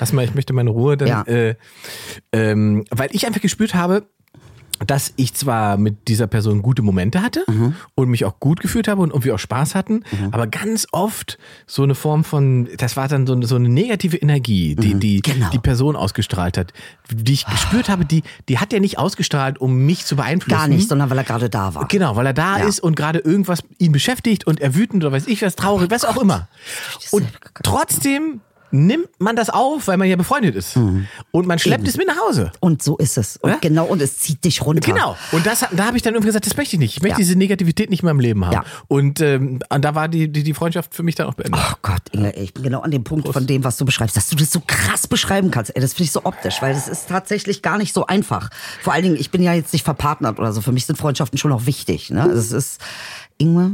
lass mal, ich möchte meine Ruhe, dann,
Ja.
äh, ähm, weil ich einfach gespürt habe, dass ich zwar mit dieser Person gute Momente hatte
Mhm.
und mich auch gut gefühlt habe und, und wir auch Spaß hatten, aber ganz oft so eine Form von, das war dann so eine, so eine negative Energie, die die,
genau.
die Person ausgestrahlt hat, die ich gespürt habe, die, die hat er nicht ausgestrahlt, um mich zu beeinflussen.
Gar nicht, sondern weil er gerade da war.
Genau, weil er da
Ja.
ist und gerade irgendwas ihn beschäftigt und er wütend oder weiß ich was, traurig,
Oh
was auch immer. Und trotzdem nimmt man das auf, weil man ja befreundet ist.
Mhm.
Und man schleppt es mit nach Hause.
Und so ist es. Und
Ja?
genau, und es zieht dich runter.
Genau. Und das, da habe ich dann irgendwie gesagt, das möchte ich nicht. Ich
Ja.
möchte diese Negativität nicht mehr im Leben haben.
Ja.
Und, ähm, und da war die, die, die Freundschaft für mich dann auch beendet.
Oh Gott, Inge, ey, ich bin genau an dem Punkt von dem, was du beschreibst, dass du das so krass beschreiben kannst. Ey, das finde ich so optisch, weil das ist tatsächlich gar nicht so einfach. Vor allen Dingen, ich bin ja jetzt nicht verpartnert oder so. Für mich sind Freundschaften schon auch wichtig. Ne? Das ist, Ingmar,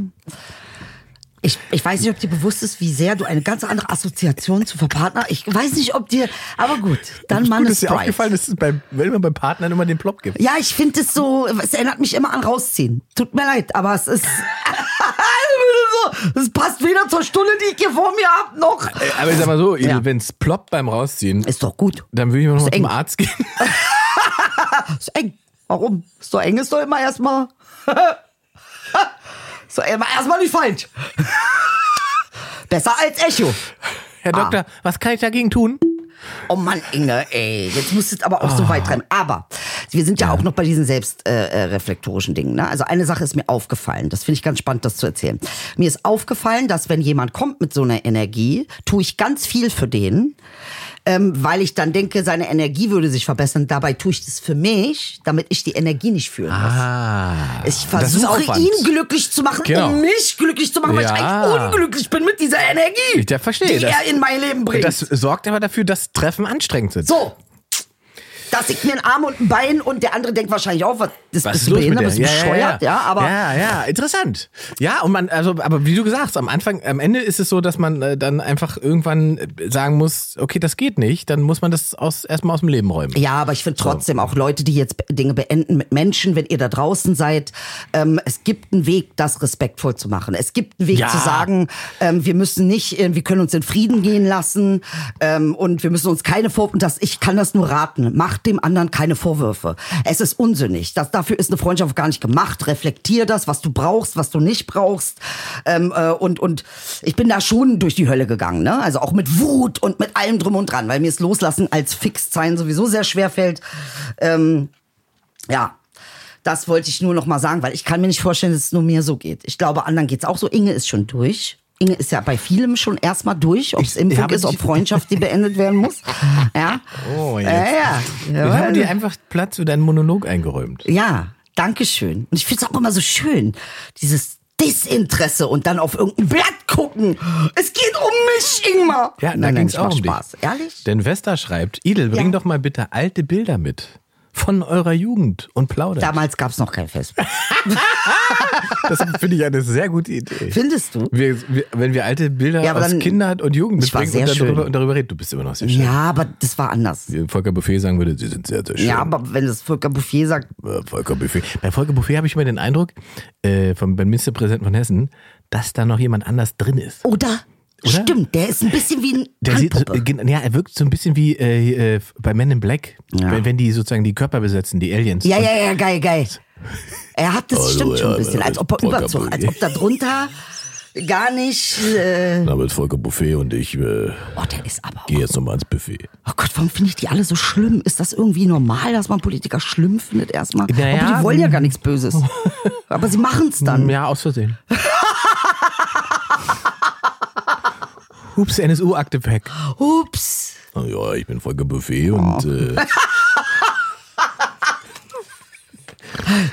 ich, ich weiß nicht, ob dir bewusst ist, wie sehr du eine ganz andere Assoziation zu verpartner. Ich weiß nicht, ob dir, aber gut, dann Mann
Gut, ist
ist
dir
Pride.
aufgefallen, dass es beim, wenn man beim Partner immer den Plop gibt.
Ja, ich finde es so, es erinnert mich immer an rausziehen. Tut mir leid, aber es ist. Es passt weder zur Stunde, die ich hier vor mir hab, noch.
Aber ich sag mal so,
Ja.
wenn es ploppt beim Rausziehen,
Ist doch gut.
dann würde ich mal noch mal
Ist
zum
eng.
Arzt gehen.
Ist eng. Warum? Ist doch eng, ist doch immer erstmal. So, ey, erstmal nicht falsch. Besser als Echo.
Herr
Ah.
Doktor, was kann ich dagegen tun?
Oh Mann, Inge, ey, jetzt musst du es aber auch
Ah.
so weit treiben. Aber wir sind ja, auch noch bei diesen selbstreflektorischen äh, reflektorischen Dingen. Ne? Also eine Sache ist mir aufgefallen, das finde ich ganz spannend, das zu erzählen. Mir ist aufgefallen, dass wenn jemand kommt mit so einer Energie, tue ich ganz viel für den, ähm, weil ich dann denke, seine Energie würde sich verbessern. Dabei tue ich das für mich, damit ich die Energie nicht fühlen muss.
Ah.
Ich
das ist
versuche
Aufwand.
ihn glücklich zu machen,
Genau.
um mich glücklich zu machen, weil ich
Ja.
eigentlich unglücklich bin mit dieser Energie,
Ich der verstehe
die
das.
er in mein Leben bringt.
Das sorgt aber dafür, dass Treffen anstrengend sind.
So. Dass ich mir einen Arm und ein Bein und der andere denkt wahrscheinlich auch, was, das
Was
bist
ist
du
los mit
behindert,
der?
bist du bescheuert, ja, aber
ja, ja, interessant. Ja, und man, also, aber wie du gesagt hast, am Anfang, am Ende ist es so, dass man äh, dann einfach irgendwann äh, sagen muss, okay, das geht nicht, dann muss man das aus, erstmal aus dem Leben räumen.
Ja, aber ich finde trotzdem auch Leute, die jetzt be- Dinge beenden mit Menschen, wenn ihr da draußen seid, ähm, es gibt einen Weg, das respektvoll zu machen. Es gibt einen Weg
Ja.
zu sagen, ähm, wir müssen nicht, äh, wir können uns in Frieden gehen lassen ähm, und wir müssen uns keine Vorwürfe. Das, ich kann das nur raten. Macht dem anderen keine Vorwürfe. Es ist unsinnig. Das, dafür ist eine Freundschaft gar nicht gemacht. Reflektier das, was du brauchst, was du nicht brauchst. Ähm, äh, und, und ich bin da schon durch die Hölle gegangen, ne? Also auch mit Wut und mit allem drum und dran, weil mir es loslassen als Fixzeichen sowieso sehr schwer fällt. Ähm, ja. Das wollte ich nur noch mal sagen, weil ich kann mir nicht vorstellen, dass es nur mir so geht. Ich glaube, anderen geht's auch so. Inge ist schon durch. Inge ist ja bei vielem schon erstmal durch, ob es
Ich
Impfung
habe
ist, ob
dich-
Freundschaft, die beendet werden muss. Ja.
Oh, jetzt.
ja, ja.
Wir
ja.
haben dir einfach Platz für deinen Monolog eingeräumt.
Ja, danke schön. Und ich finde es auch immer so schön, dieses Disinteresse und dann auf irgendein Blatt gucken. Es geht um mich, Ingmar.
Ja, da ging's
es
auch
macht
um dich.
Spaß. Ehrlich?
Denn Vesta schreibt, Idel, bring doch mal bitte alte Bilder mit. Von eurer Jugend und plaudert.
Damals gab es noch kein Facebook.
Das finde ich eine sehr gute Idee.
Findest du?
Wir, wir, wenn wir alte Bilder
Ja, aber
aus
dann-
Kindheit und Jugend
Ich war
mitbringen und,
sehr
dann darüber,
schön.
und darüber reden, du bist immer noch sehr schön.
Ja, aber das war anders.
Wie Volker Buffet sagen würde, sie sind sehr, sehr schön.
Ja, aber wenn das Volker Bouffier sagt,
Äh, Volker Buffet. Bei Volker Buffet habe ich immer den Eindruck, äh, vom, beim Ministerpräsidenten von Hessen, dass da noch jemand anders drin ist.
oder?
Oder?
Oh, Stimmt, der ist ein bisschen wie ein
Der sieht, so-
Handpuppe.
gen- ja, er wirkt so ein bisschen wie äh, äh, bei Men in Black,
Ja.
wenn, wenn die sozusagen die Körper besetzen, die Aliens.
Ja, ja, ja, geil, geil. Er hat das
äh, Hallo,
stimmt schon ein
ja,
bisschen,
ja,
als ob er
Volker
Überzug, als
Bouffier.
ob da drunter gar nicht. Äh,
Da wird Volker Buffet und ich äh,
oh, der ist aber. auch
gehe jetzt nochmal ans Buffet.
Oh Gott, warum finde ich die alle so schlimm? Ist das irgendwie normal, dass man Politiker schlimm findet erstmal?
Naja,
Aber die wollen ja gar nichts Böses. Aber sie machen es dann.
Ja, aus Versehen. Hups, NSU-Akte weg.
Ups.
Oh Ja, ich bin Volker Buffet und äh,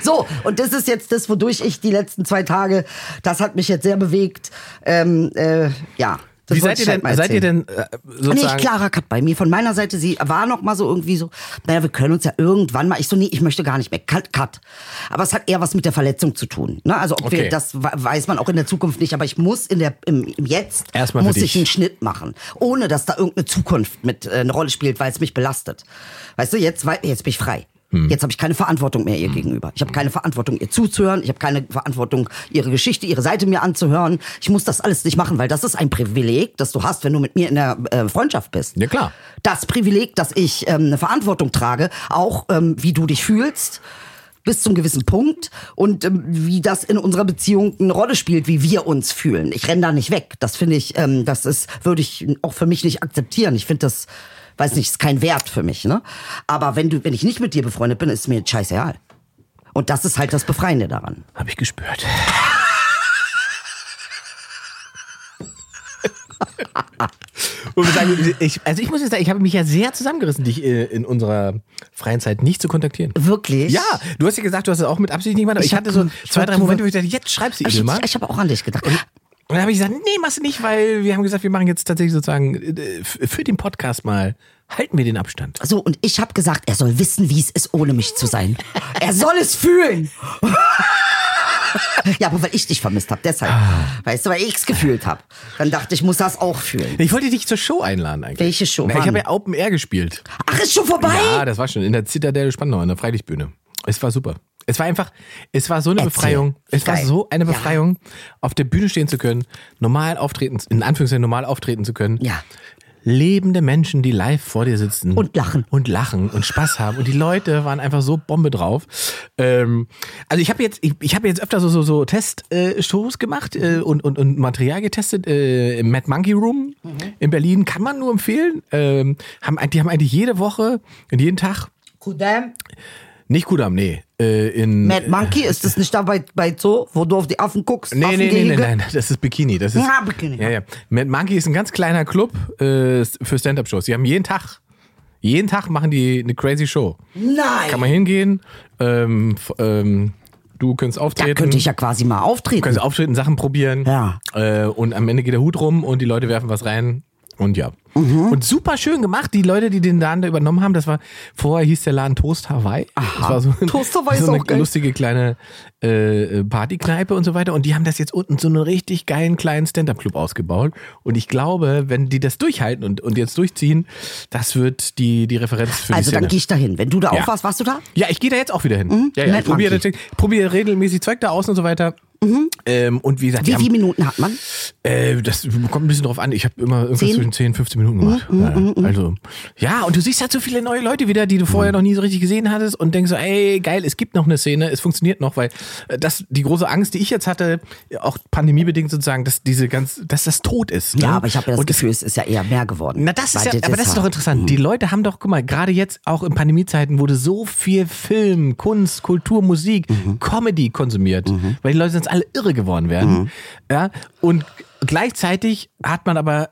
So, und das ist jetzt das, wodurch ich die letzten zwei Tage, das hat mich jetzt sehr bewegt. Ähm, äh, ja. Das
wie
wollte
seid ihr
ich halt
denn,
mal
seid ihr
erzählen.
denn äh,
Ah, Nee,
sozusagen...
Clara Cut bei mir. Von meiner Seite, sie war noch mal so irgendwie so, naja, wir können uns ja irgendwann mal, ich so, nee, ich möchte gar nicht mehr. Cut, cut. Aber es hat eher was mit der Verletzung zu tun. Ne? Also ob
Okay.
wir, das we- weiß man auch in der Zukunft nicht, aber ich muss in der, im, im Jetzt
Erstmal für
muss ich
dich.
einen Schnitt machen. Ohne, dass da irgendeine Zukunft mit äh, eine Rolle spielt, weil es mich belastet. Weißt du, jetzt, wei- jetzt bin ich frei.
Hm.
Jetzt habe ich keine Verantwortung mehr ihr gegenüber. Ich habe keine Verantwortung, ihr zuzuhören. Ich habe keine Verantwortung, ihre Geschichte, ihre Seite mir anzuhören. Ich muss das alles nicht machen, weil das ist ein Privileg, das du hast, wenn du mit mir in der äh, Freundschaft bist.
Ja, klar.
Das Privileg, dass ich ähm, eine Verantwortung trage, auch ähm, wie du dich fühlst bis zum gewissen Punkt und ähm, wie das in unserer Beziehung eine Rolle spielt, wie wir uns fühlen. Ich renn da nicht weg. Das finde ich, ähm, das ist, würde ich auch für mich nicht akzeptieren. Ich finde das, weiß nicht, ist kein Wert für mich. Ne? Aber wenn du, wenn ich nicht mit dir befreundet bin, ist mir scheißegal. Und das ist halt das Befreiende daran.
Hab ich gespürt. Und wir sagen, ich, also ich muss jetzt sagen, ich habe mich ja sehr zusammengerissen, dich äh, in unserer freien Zeit nicht zu kontaktieren.
Wirklich?
Ja, du hast ja gesagt, du hast es auch mit Absicht nicht gemacht, aber ich,
Ich
hatte
hab-
so zwei,
hab-
drei Momente, wo ich dachte, jetzt schreibst du
Ich,
Idel mal.
ich habe auch an dich gedacht.
Und dann habe ich gesagt, nee, machst du nicht, weil wir haben gesagt, wir machen jetzt tatsächlich sozusagen äh, f- für den Podcast mal, halten wir den Abstand.
So, und ich habe gesagt, er soll wissen, wie es ist, ohne mich zu sein. Er soll es fühlen. ja, aber weil ich dich vermisst habe, deshalb.
Ah.
Weißt du, weil ich es gefühlt habe. Dann dachte ich, muss das auch fühlen.
Ich wollte dich zur Show einladen eigentlich.
Welche Show?
Na, ich
Wann?
habe ja Open Air gespielt.
Ach, ist schon vorbei?
Ja, das war schon in der Zitadelle Spandau, in der Freilichtbühne. Es war super. Es war einfach, es war so eine
Erzähl.
Befreiung. Es war
Geil.
so eine
Ja.
Befreiung, auf der Bühne stehen zu können, normal auftreten, in Anführungszeichen normal auftreten zu können.
Ja.
lebende Menschen, die live vor dir sitzen.
Und lachen.
Und lachen und Spaß haben. Und die Leute waren einfach so Bombe drauf. Ähm, also ich habe jetzt, ich, ich habe jetzt öfter so, so, so Test-Shows gemacht
Mhm.
äh, und, und, und Material getestet äh, im Mad Monkey Room
Mhm.
in Berlin. Kann man nur empfehlen. Ähm, haben, ein- die haben eigentlich jede Woche und jeden Tag,
Kudam.
nicht Kudam, nee, äh, in...
Mad Monkey, ist das nicht da bei, bei Zoo, wo du auf die Affen guckst?
Nee, nee, nee,
Affengehege?
nee, nein, das ist Bikini. Das ist,
Ah, Bikini.
Ja, ja. Mad Monkey ist ein ganz kleiner Club äh, für Stand-Up-Shows. Die haben jeden Tag, jeden Tag machen die eine crazy Show.
Nein.
Kann man hingehen, ähm, f- ähm, du könntest
da
auftreten.
könnte ich ja quasi mal auftreten.
Kannst auftreten, Sachen probieren.
Ja.
Äh, und am Ende geht der Hut rum und die Leute werfen was rein. Und ja.
Mhm.
Und super schön gemacht, die Leute, die den Laden da übernommen haben. Das war, vorher hieß der Laden Toast Hawaii. Aha. Das war so, ein-
Toast Hawaii ist
so eine
auch geil.
lustige kleine äh, Partykneipe und so weiter. Und die haben das jetzt unten so einen richtig geilen kleinen Stand-Up-Club ausgebaut. Und ich glaube, wenn die das durchhalten und, und jetzt durchziehen, das wird die, die Referenz für
also
die Szene.
dann Mhm. gehe ich da hin. Wenn du da
Ja.
auch warst, warst du da?
Ja, ich gehe da jetzt auch wieder hin. Ja, ja,
Mad
ich probiere
Monkey.
natürlich- probiere regelmäßig Zeug da aus und so weiter. Ähm, und wie gesagt, die
Mhm. Wie
haben,
viele Minuten hat man?
äh, das kommt ein bisschen drauf an. Ich habe immer irgendwas
Zehn? Mhm,
zwischen 10, 15 Minuten gemacht. ja, also, ja, und du siehst halt so viele neue Leute wieder, die du vorher
Mhm.
noch nie so richtig gesehen hattest und denkst so, ey, geil, es gibt noch eine Szene, es funktioniert noch, weil äh, das die große Angst, die ich jetzt hatte, auch pandemiebedingt sozusagen, dass diese ganz, dass das tot ist. ne?
Ja, aber ich habe ja das
und
Gefühl, es ist ja eher mehr geworden.
na, das ist ja,
Weil
aber das ist
ja-
doch interessant.
Hm.
Die Leute haben doch, guck mal, gerade jetzt auch in Pandemiezeiten wurde so viel Film, Kunst, Kultur, Musik,
Mhm.
Comedy konsumiert, weil die Leute sonst alle irre geworden wären.
Mhm.
Ja, und gleichzeitig hat man aber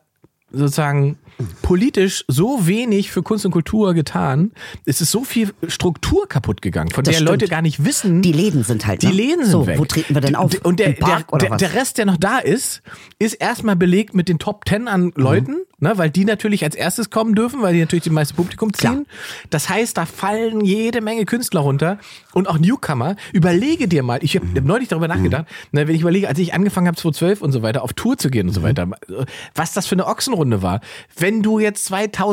sozusagen politisch so wenig für Kunst und Kultur getan. Es ist so viel Struktur kaputt gegangen, von
Das
der Leute
stimmt.
gar nicht wissen.
Die Läden sind halt,
Die
ne?
Läden sind
So,
weg.
wo treten wir denn
D-
auf?
d- Und der,
Im Park
der,
oder
der,
was?
der Rest, der noch da ist, ist erstmal belegt mit den Top Ten an Leuten,
Mhm.
ne, weil die natürlich als erstes kommen dürfen, weil die natürlich das meiste Publikum ziehen. Das heißt, da fallen jede Menge Künstler runter und auch Newcomer. Überlege dir mal, ich habe
Mhm.
neulich darüber nachgedacht, ne, wenn ich überlege, als ich angefangen habe 2012 und so weiter, auf Tour zu gehen und so
Mhm.
weiter, was das für eine Ochsenrunde war. Wenn du jetzt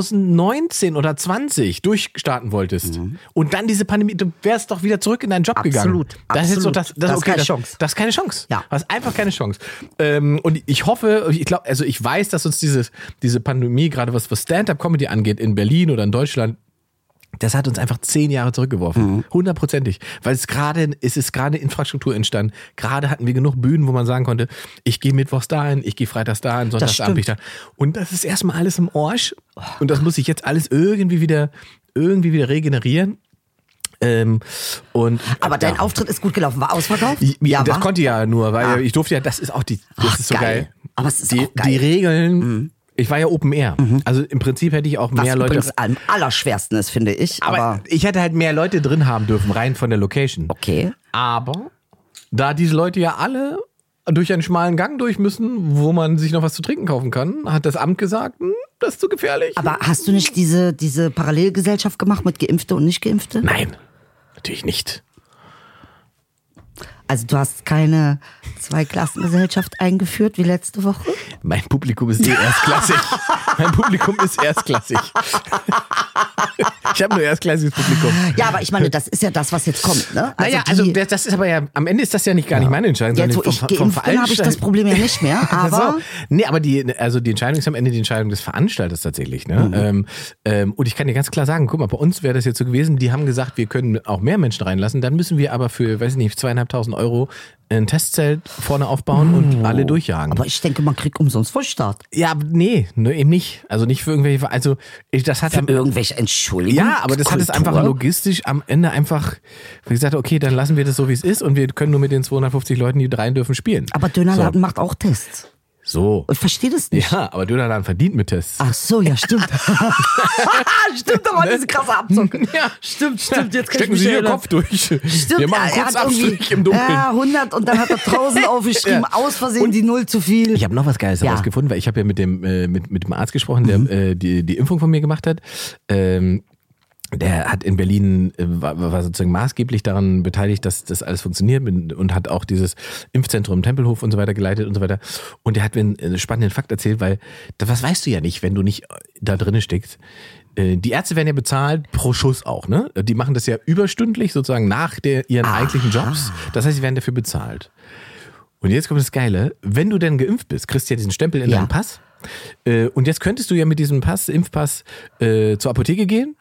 2019 oder 20 durchstarten wolltest und dann diese Pandemie, du wärst doch wieder zurück in deinen Job gegangen.
Mhm. Absolut,
Das ist so
absolut.
das, das,
Das ist
okay,
keine
das,
Chance.
das ist keine Chance.
Ja.
Das ist einfach keine Chance. Ähm, und ich hoffe, ich glaube, also ich weiß, dass uns dieses, diese Pandemie, gerade was, was Stand-up-Comedy angeht, in Berlin oder in Deutschland, das hat uns einfach zehn Jahre
Mhm.
zurückgeworfen. Hundertprozentig. Weil es gerade, es ist gerade Infrastruktur entstanden. Gerade hatten wir genug Bühnen, wo man sagen konnte, ich gehe mittwochs dahin, ich gehe freitags dahin, Sonntagsabend bin ich da. Und das ist erstmal alles im Orsch.
Oh
Und das muss ich jetzt alles irgendwie wieder, irgendwie wieder regenerieren. Ähm, und,
aber dein
ja.
Auftritt ist gut gelaufen. War ausverkauft?
Ja, das
war?
konnte ich ja nur, weil
Ah.
ich durfte ja, das ist auch die, das
Ach,
ist so geil.
geil. Aber es ist
die,
auch geil. Mhm.
Die Regeln, ich war ja Open Air. Also im Prinzip hätte ich auch
Was
mehr Leute.
übrigens am allerschwersten ist, finde ich. Aber,
aber ich hätte halt mehr Leute drin haben dürfen, rein von der Location.
okay.
Aber da diese Leute ja alle durch einen schmalen Gang durch müssen, wo man sich noch was zu trinken kaufen kann, hat das Amt gesagt, hm, das ist zu gefährlich.
Aber hast du nicht diese, diese Parallelgesellschaft gemacht mit Geimpfte und Nicht-Geimpfte?
Nein, natürlich nicht.
Also du hast keine Zweiklassengesellschaft eingeführt wie letzte Woche?
Mein Publikum ist eh erstklassig. mein Publikum ist erstklassig. ich habe nur erstklassiges Publikum.
Ja, aber ich meine, das ist ja das, was jetzt kommt, ne?
naja,
die-
also das, das ist aber ja, am Ende ist das ja nicht gar nicht meine Entscheidung,
jetzt, wo
sondern
ich
vom, vom
geimpft bin, habe ich das
Veranstalter.
Problem ja nicht mehr. Aber
so. Nee, aber die, also die Entscheidung ist am Ende die Entscheidung des Veranstalters tatsächlich. Ne?
Mhm.
Ähm, ähm, und ich kann dir ganz klar sagen, guck mal, bei uns wäre das jetzt so gewesen, die haben gesagt, wir können auch mehr Menschen reinlassen, dann müssen wir aber für, weiß ich nicht, zweieinhalbtausend Euro ein Testzelt vorne aufbauen und alle durchjagen.
Oh. aber ich denke, man kriegt umsonst Vollstart.
ja, nee, ne, eben nicht. Also nicht für irgendwelche, also ich, das hat am,
Irgendwelche Entschuldigung.
ja, aber das hat es
Kultur.
einfach logistisch am Ende einfach wie gesagt, okay, dann lassen wir das so, wie es ist und wir können nur mit den 250 Leuten, die rein dürfen, spielen.
Aber Dönerladen Oh, macht auch Tests.
So.
Ich verstehe das nicht.
Ja, aber Dönerladen verdient mit Tests.
Ach so, ja, stimmt. stimmt, aber diese krasse Abzocke.
Ja.
Stimmt, stimmt, jetzt kann
Ne? Hm. Stecken
ich mich
Sie Ihren
erinnern.
Kopf durch.
Stimmt,
wir machen
er- er
kurz
hat irgendwie- Ah.
Abstrich im Dunkeln.
Ja, 100 und dann hat er 1000 aufgeschrieben, aus Versehen die Null zu viel.
Ich habe noch was Geiles
Ja.
herausgefunden, weil ich habe ja mit dem, äh, mit, mit dem Arzt gesprochen, der äh, die, die Impfung von mir gemacht hat. Ähm, der hat in Berlin, äh, war, war sozusagen maßgeblich daran beteiligt, dass das alles funktioniert mit- und hat auch dieses Impfzentrum im Tempelhof und so weiter geleitet und so weiter. Und der hat mir einen äh, spannenden Fakt erzählt, weil das, was weißt du ja nicht, wenn du nicht äh, da drinnen steckst. Äh, Die Ärzte werden ja bezahlt pro Schuss auch, ne? Die machen das ja überstündlich sozusagen nach der, ihren eigentlichen Jobs. Das heißt, sie werden dafür bezahlt. Und jetzt kommt das Geile. Wenn du denn geimpft bist, kriegst du ja diesen Stempel in
Ja.
deinen Pass. Äh, und jetzt könntest du ja mit diesem Pass, Impfpass, äh, zur Apotheke gehen,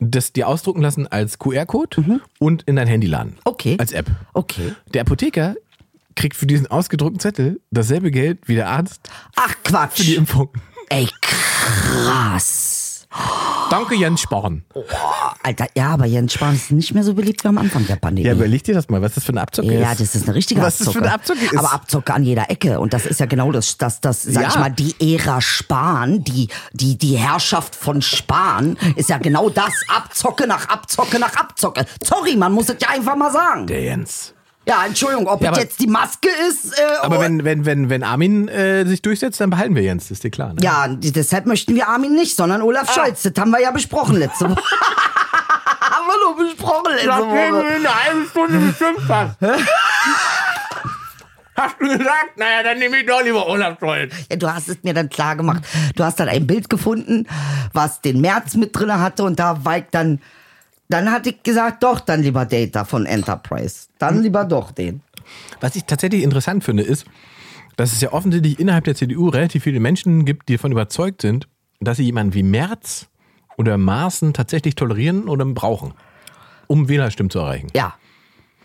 das dir ausdrucken lassen als QR-Code und in dein Handy laden.
Mhm. Okay.
Als App.
Okay.
Der Apotheker kriegt für diesen ausgedruckten Zettel dasselbe Geld wie der Arzt
Ach
für die
Quatsch.
Impfung.
Ey, krass.
Danke, Jens Spahn.
Alter, ja, aber Jens Spahn ist nicht mehr so beliebt wie am Anfang der Pandemie.
Ja, überleg dir das mal, was das für eine Abzocke ist.
Ja, das ist eine richtige
Was das
Abzocke.
für eine Abzocke ist.
Aber Abzocke an jeder Ecke. Und das ist ja genau das, das, das sag
Ja.
ich mal, die Ära Spahn, die, die, die Herrschaft von Spahn ist ja genau das. Abzocke nach Abzocke nach Abzocke. Sorry, man muss es ja einfach mal sagen.
Der Jens.
Ja, Entschuldigung, ob
Ja,
es
aber-
jetzt die Maske ist. Äh,
Aber
oder-
wenn, wenn, wenn, wenn Armin äh, sich durchsetzt, dann behalten wir Jens, ist dir klar. Ne?
oh, ja, die- deshalb möchten wir Armin nicht, sondern Olaf
Ah.
Scholz. Das haben wir ja besprochen letzte Woche. haben wir nur besprochen letzte Woche.
eine halbe Stunde bestimmt was. Hast du gesagt? Naja, dann nehme ich doch lieber Olaf Scholz.
Ja, du hast es mir dann klar gemacht. Du hast dann ein Bild gefunden, was den März mit drin hatte und da war ich dann, dann hatte ich gesagt, doch, dann lieber Data von Enterprise.
Hm?
Dann lieber doch den.
Was ich tatsächlich interessant finde, ist, dass es ja offensichtlich innerhalb der CDU relativ viele Menschen gibt, die davon überzeugt sind, dass sie jemanden wie Merz oder Maaßen tatsächlich tolerieren oder brauchen, um Wählerstimmen zu erreichen.
Ja.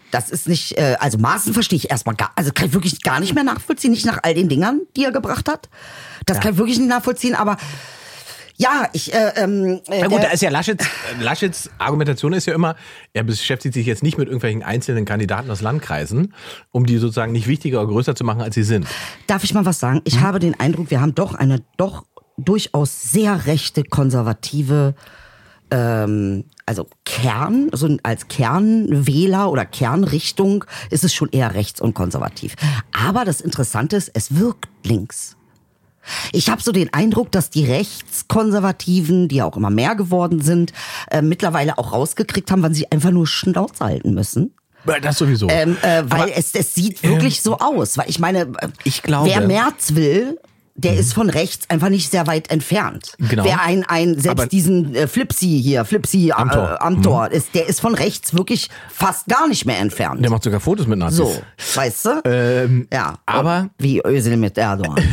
Das ist nicht, äh, also Maßen verstehe ich erstmal gar, also kann ich wirklich gar nicht mehr nachvollziehen, nicht nach all den Dingern, die er gebracht hat. Das kann ich wirklich nicht nachvollziehen, aber ja, ich, äh, ähm, äh,
Na gut,
der-
da ist ja Laschets, äh, Laschets Argumentation ist ja immer, er beschäftigt sich jetzt nicht mit irgendwelchen einzelnen Kandidaten aus Landkreisen, um die sozusagen nicht wichtiger oder größer zu machen, als sie sind.
Darf ich mal was sagen? Ich habe den Eindruck, wir haben doch eine doch durchaus sehr rechte, konservative, ähm, also Kern, so ein- als Kernwähler oder Kernrichtung ist es schon eher rechts und konservativ. Aber das Interessante ist, es wirkt links. Ich habe so den Eindruck, dass die Rechtskonservativen, die ja auch immer mehr geworden sind, äh, mittlerweile auch rausgekriegt haben, wann sie einfach nur Schnauze halten müssen.
Das sowieso.
Ähm, äh, weil es, es sieht wirklich so aus. Weil ich meine, äh,
ähm, Ich glaube- Mhm.
wer März will, der ist von rechts einfach nicht sehr weit entfernt.
Genau.
Wer ein, ein selbst
Aber-
diesen äh, Flipsi hier, Flipsi am, äh,
Tor.
am Tor, ist, der ist von rechts wirklich fast gar nicht mehr entfernt.
der macht sogar Fotos mit Nazis.
so, weißt du?
Ähm,
ja.
aber- Also,
Wie Ösel mit Erdogan.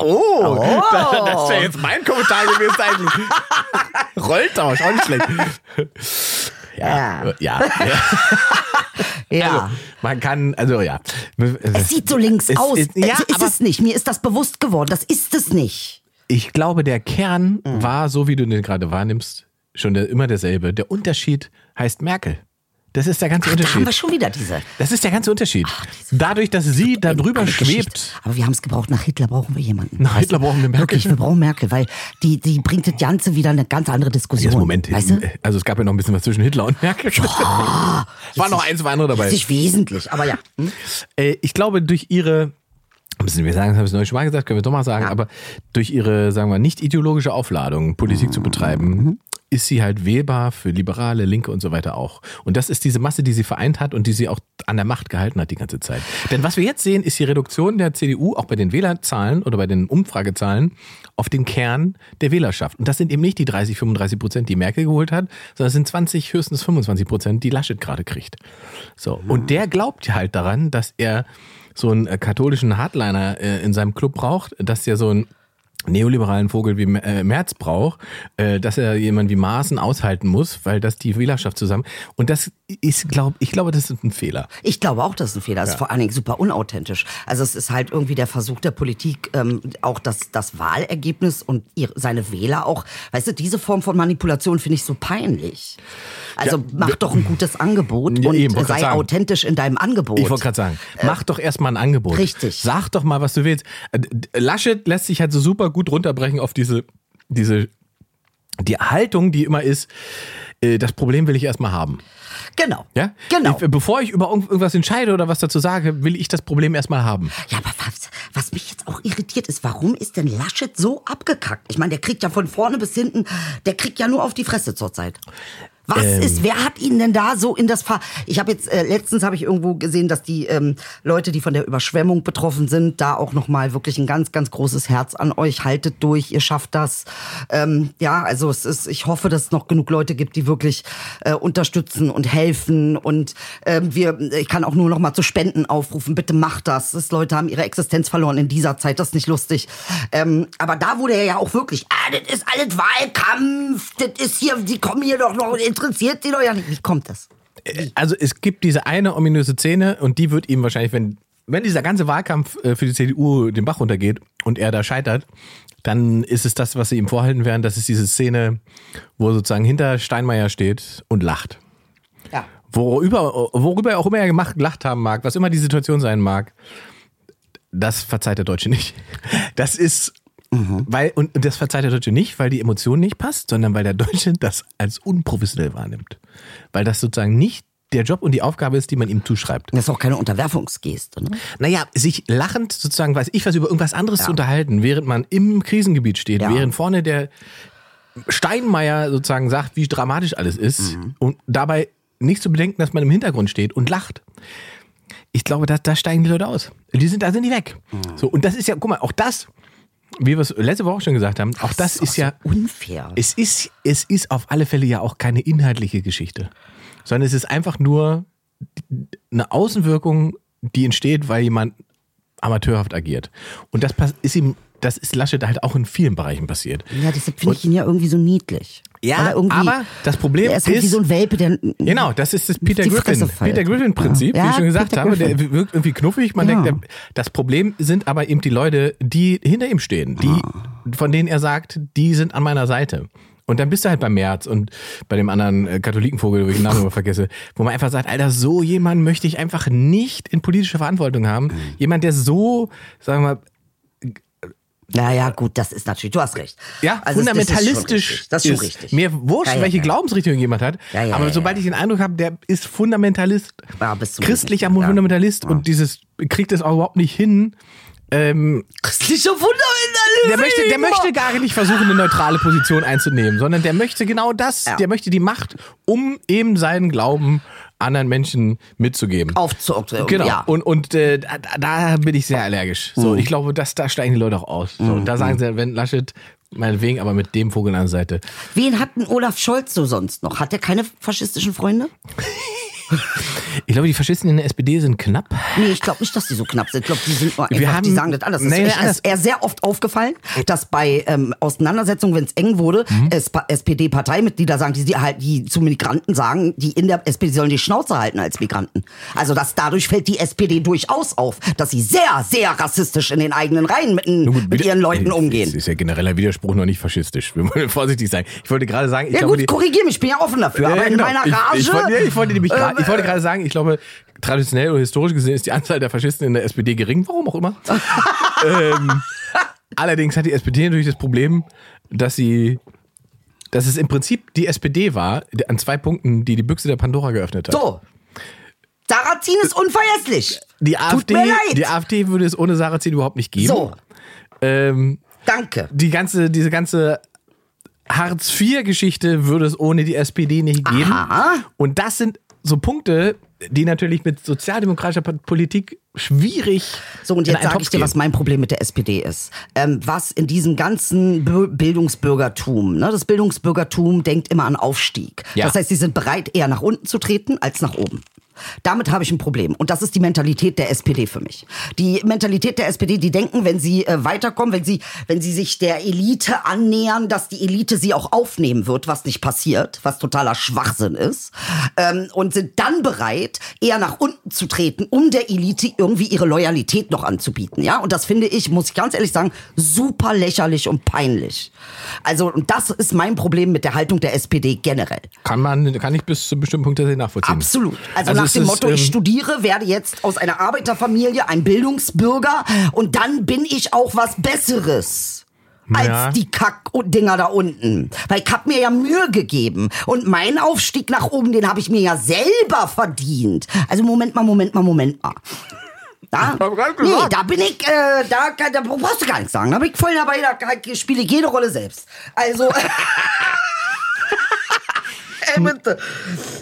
Oh, Das, das wäre jetzt mein Kommentar gewesen eigentlich. Rolltausch, auch nicht schlecht.
ja.
Ja. ja.
ja.
Also, man kann, also ja.
es sieht so links
Es-
aus.
es- ja,
es ist
aber-
es nicht. Mir ist das bewusst geworden. Das ist es nicht.
Ich glaube, der Kern
Mhm.
war, so wie du den gerade wahrnimmst, schon der, immer derselbe. Der Unterschied heißt Merkel. Das ist der ganze
Ach, da haben wir
Unterschied.
schon wieder diese.
Das ist der ganze Unterschied. Dadurch, dass sie da drüber
Eine Geschichte.
schwebt.
Aber wir haben es gebraucht. Nach Hitler brauchen wir jemanden.
Nach
Weißt
Hitler
du?
brauchen wir Merkel.
Wirklich, wir brauchen Merkel, weil die, die bringt das Ganze wieder eine ganz andere Diskussion.
Jetzt Moment,
Weißt du? Oh,
also es gab ja noch ein bisschen was zwischen Hitler und Merkel. war noch eins, war andere dabei.
Ist nicht wesentlich, aber ja. Hm?
Äh, ich glaube, durch ihre, müssen wir sagen, das habe ich neulich schon mal gesagt, können wir doch mal sagen, aber durch ihre, sagen wir, nicht ideologische Aufladung, Politik zu betreiben, ist sie halt wählbar für Liberale, Linke und so weiter auch. Und das ist diese Masse, die sie vereint hat und die sie auch an der Macht gehalten hat die ganze Zeit. Denn was wir jetzt sehen, ist die Reduktion der CDU auch bei den Wählerzahlen oder bei den Umfragezahlen auf den Kern der Wählerschaft. Und das sind eben nicht die 30, 35 Prozent, die Merkel geholt hat, sondern es sind 20, höchstens 25 Prozent, die Laschet gerade kriegt. So. Und der glaubt halt daran, dass er so einen äh, katholischen Hardliner äh, in seinem Club braucht, dass er so einen neoliberalen Vogel wie äh, Merz braucht, äh, dass er jemanden wie Maaßen aushalten muss, weil das die Wählerschaft zusammen. Und das ist, glaub, ich glaube, das ist ein Fehler.
Ich glaube auch, das ist ein Fehler. Das ist vor allen Dingen super unauthentisch. Also es ist halt irgendwie der Versuch der Politik, ähm, auch das, das Wahlergebnis und ihr, seine Wähler auch. Weißt du, diese Form von Manipulation finde ich so peinlich. Also
Ja,
mach
wir-
doch ein gutes Angebot
Ja,
und
eben, wollte grad
sei
sagen.
authentisch in deinem Angebot.
Ich wollte gerade sagen, mach doch erstmal ein Angebot.
Äh, richtig.
Sag doch mal, was du willst. Äh, d- Laschet lässt sich halt so super gut runterbrechen auf diese, diese die Haltung, die immer ist, äh, das Problem will ich erstmal haben.
Genau.
Ja?
Genau.
Ich, äh, bevor ich über irgend- irgendwas entscheide oder was dazu sage, will ich das Problem erstmal haben.
Ja, aber was, was mich jetzt auch irritiert ist, warum ist denn Laschet so abgekackt? Ich meine, der kriegt ja von vorne bis hinten, der kriegt ja nur auf die Fresse zurzeit. Was ist, wer hat ihn denn da so in das Fahr... Ich habe jetzt, äh, letztens habe ich irgendwo gesehen, dass die ähm, Leute, die von der Überschwemmung betroffen sind, da auch nochmal wirklich ein ganz, ganz großes Herz an euch. Haltet durch, ihr schafft das. Ähm, ja, also es ist, ich hoffe, dass es noch genug Leute gibt, die wirklich äh, unterstützen und helfen. Und ähm, wir, ich kann auch nur nochmal zu Spenden aufrufen. Bitte macht das. das. Leute haben ihre Existenz verloren in dieser Zeit, das ist nicht lustig. Ähm, aber da wurde er ja auch wirklich, ah, das ist alles Wahlkampf, das ist hier, die kommen hier doch noch, interessiert sie doch ja nicht. Wie kommt das?
Äh, Also es gibt diese eine ominöse Szene und die wird ihm wahrscheinlich, wenn, wenn dieser ganze Wahlkampf äh, für die CDU den Bach runtergeht und er da scheitert, dann ist es das, was sie ihm vorhalten werden. Das ist diese Szene, wo er sozusagen hinter Steinmeier steht und lacht.
Ja.
Worüber, worüber er auch immer er gemacht, gelacht haben mag, was immer die Situation sein mag, das verzeiht der Deutsche nicht. Das ist, mhm. weil, und und das verzeiht der Deutsche nicht, weil die Emotion nicht passt, sondern weil der Deutsche das als unprofessionell wahrnimmt. Weil das sozusagen nicht der Job und die Aufgabe ist, die man ihm zuschreibt.
Das ist auch keine Unterwerfungsgeste. Ne?
Naja, sich lachend sozusagen, weiß ich was, über irgendwas anderes zu unterhalten, während man im Krisengebiet steht,
Ja.
während vorne der Steinmeier sozusagen sagt, wie dramatisch alles ist und dabei nicht zu bedenken, dass man im Hintergrund steht und lacht. Ich glaube, da, da steigen die Leute aus. Die sind, da sind die weg. So, und das ist ja, guck mal, auch das, wie wir es letzte Woche schon gesagt haben, auch das, ist,
auch
ja,
so unfair.
es ist, es ist auf alle Fälle ja auch keine inhaltliche Geschichte, sondern es ist einfach nur eine Außenwirkung, die entsteht, weil jemand amateurhaft agiert. Und das pass- ist ihm, das ist Laschet halt auch in vielen Bereichen passiert.
Ja, deshalb finde ich ihn ja irgendwie so niedlich.
Ja,
Weil er irgendwie,
aber das Problem
er ist, halt wie
ist-
so ein Welpe, der
Genau, das ist das Peter
Die Fresse
Griffin,
faltet.
Peter Griffin Prinzip,
Ja.
wie ich schon
Ja,
gesagt
Peter
habe.
Griffin.
Der wirkt irgendwie knuffig. Man
Ja.
denkt, der, das Problem sind aber eben die Leute, die hinter ihm stehen, die,
Ah.
von denen er sagt, die sind an meiner Seite. Und dann bist du halt bei Merz und bei dem anderen äh, Katholikenvogel, wo ich den Namen immer vergesse, wo man einfach sagt, Alter, so jemanden möchte ich einfach nicht in politische Verantwortung
Mhm.
haben. Jemand, der so, sagen wir mal,
Naja, gut, das ist natürlich, du hast recht.
ja,
Also, das-
fundamentalistisch
Das ist schon richtig. Das ist schon richtig.
Mir wurscht,
Ja, ja,
welche
ja.
Glaubensrichtung jemand hat.
Ja, ja,
aber
ja,
sobald ich den Eindruck habe, der ist Fundamentalist,
Ja, bis zum
christlicher
Gehtnichtmehr, ja.
Fundamentalist und dieses kriegt es auch überhaupt nicht hin.
Christlicher Fundamentalist.
Der möchte, der möchte gar nicht versuchen, eine neutrale Position einzunehmen, sondern der möchte genau das.
Ja.
Der möchte die Macht, um eben seinen Glauben anderen Menschen mitzugeben.
Aufzuoktroyieren.
Genau.
Ja. Mhm.
Und, und äh, da, da bin ich sehr allergisch. So, ich glaube, dass da steigen die Leute auch aus. So, Und da sagen sie, wenn Laschet, meinetwegen, aber mit dem Vogel an der Seite.
Wen hat denn Olaf Scholz so sonst noch? Hat er keine faschistischen Freunde?
Ich glaube, die Faschisten in der SPD sind knapp.
Nee, ich glaube nicht, dass die so knapp sind. Ich glaube, die sind nur
Wir
einfach, die
haben-
sagen das anders. Es
Nee,
ist, echt-
anders.
es ist eher sehr oft aufgefallen, dass bei ähm, Auseinandersetzungen, wenn es eng wurde,
Mhm.
es- SPD-Parteimitglieder sagen, die, die halt, die zu Migranten sagen, die in der SPD sollen die Schnauze halten als Migranten. Also dass dadurch fällt die SPD durchaus auf, dass sie sehr, sehr rassistisch in den eigenen Reihen mit, den- mit
wieder-
ihren Leuten
Ey,
umgehen.
Das ist ja genereller Widerspruch noch nicht faschistisch. Wir wollen vorsichtig sein. Ich wollte gerade sagen, ich
Ja
glaube,
gut,
die,
korrigier mich, ich bin ja offen dafür.
Ja,
aber
ja,
in
genau.
meiner
Ich-
Rage. Äh,
Ich, wollte- ich wollte nämlich gra- ich wollte gerade sagen, ich glaube, traditionell oder historisch gesehen ist die Anzahl der Faschisten in der SPD gering, warum auch immer. ähm, allerdings hat die SPD natürlich das Problem, dass sie, dass es im Prinzip die SPD war, die- an zwei Punkten, die die Büchse der Pandora geöffnet hat.
so. Sarrazin ist unvergesslich.
Die
Tut
AfD,
mir leid.
die AfD würde es ohne Sarrazin überhaupt nicht geben.
so,
Ähm,
danke.
die ganze, diese ganze Hartz IV-Geschichte würde es ohne die SPD nicht geben.
Aha.
Und das sind so Punkte, die natürlich mit sozialdemokratischer Pa- Politik schwierig.
So, und
in
jetzt
einen
sage
Topf
ich dir,
gehen.
was mein Problem mit der SPD ist. Ähm, was in diesem ganzen Bö- Bildungsbürgertum, ne? das Bildungsbürgertum denkt immer an Aufstieg.
Ja.
Das heißt, sie sind bereit, eher nach unten zu treten als nach oben. Damit habe ich ein Problem. Und das ist die Mentalität der SPD für mich. Die Mentalität der SPD, die denken, wenn sie äh, weiterkommen, wenn sie, wenn sie sich der Elite annähern, dass die Elite sie auch aufnehmen wird, was nicht passiert, was totaler Schwachsinn ist. Ähm, und sind dann bereit, eher nach unten zu treten, um der Elite irgendwie ihre Loyalität noch anzubieten. Ja, und das finde ich, muss ich ganz ehrlich sagen, super lächerlich und peinlich. Also, und das ist mein Problem mit der Haltung der SPD generell.
kann man, kann ich bis zu einem bestimmten Punkt tatsächlich nachvollziehen.
Absolut. Also, nach
es
dem
ist, ähm,
Motto, ich studiere, werde jetzt aus einer Arbeiterfamilie ein Bildungsbürger und dann bin ich auch was Besseres. Als
Ja.
die Kack-Dinger da unten. Weil ich hab mir ja Mühe gegeben. Und meinen Aufstieg nach oben, den habe ich mir ja selber verdient. Also Moment mal, Moment mal, Moment mal. Da,
hab grad
nee,
gesagt.
da bin ich, äh, da, kann- da brauchst du gar nichts sagen. Da bin ich voll dabei, da kann- spiele ich jede Rolle selbst. Also. bitte.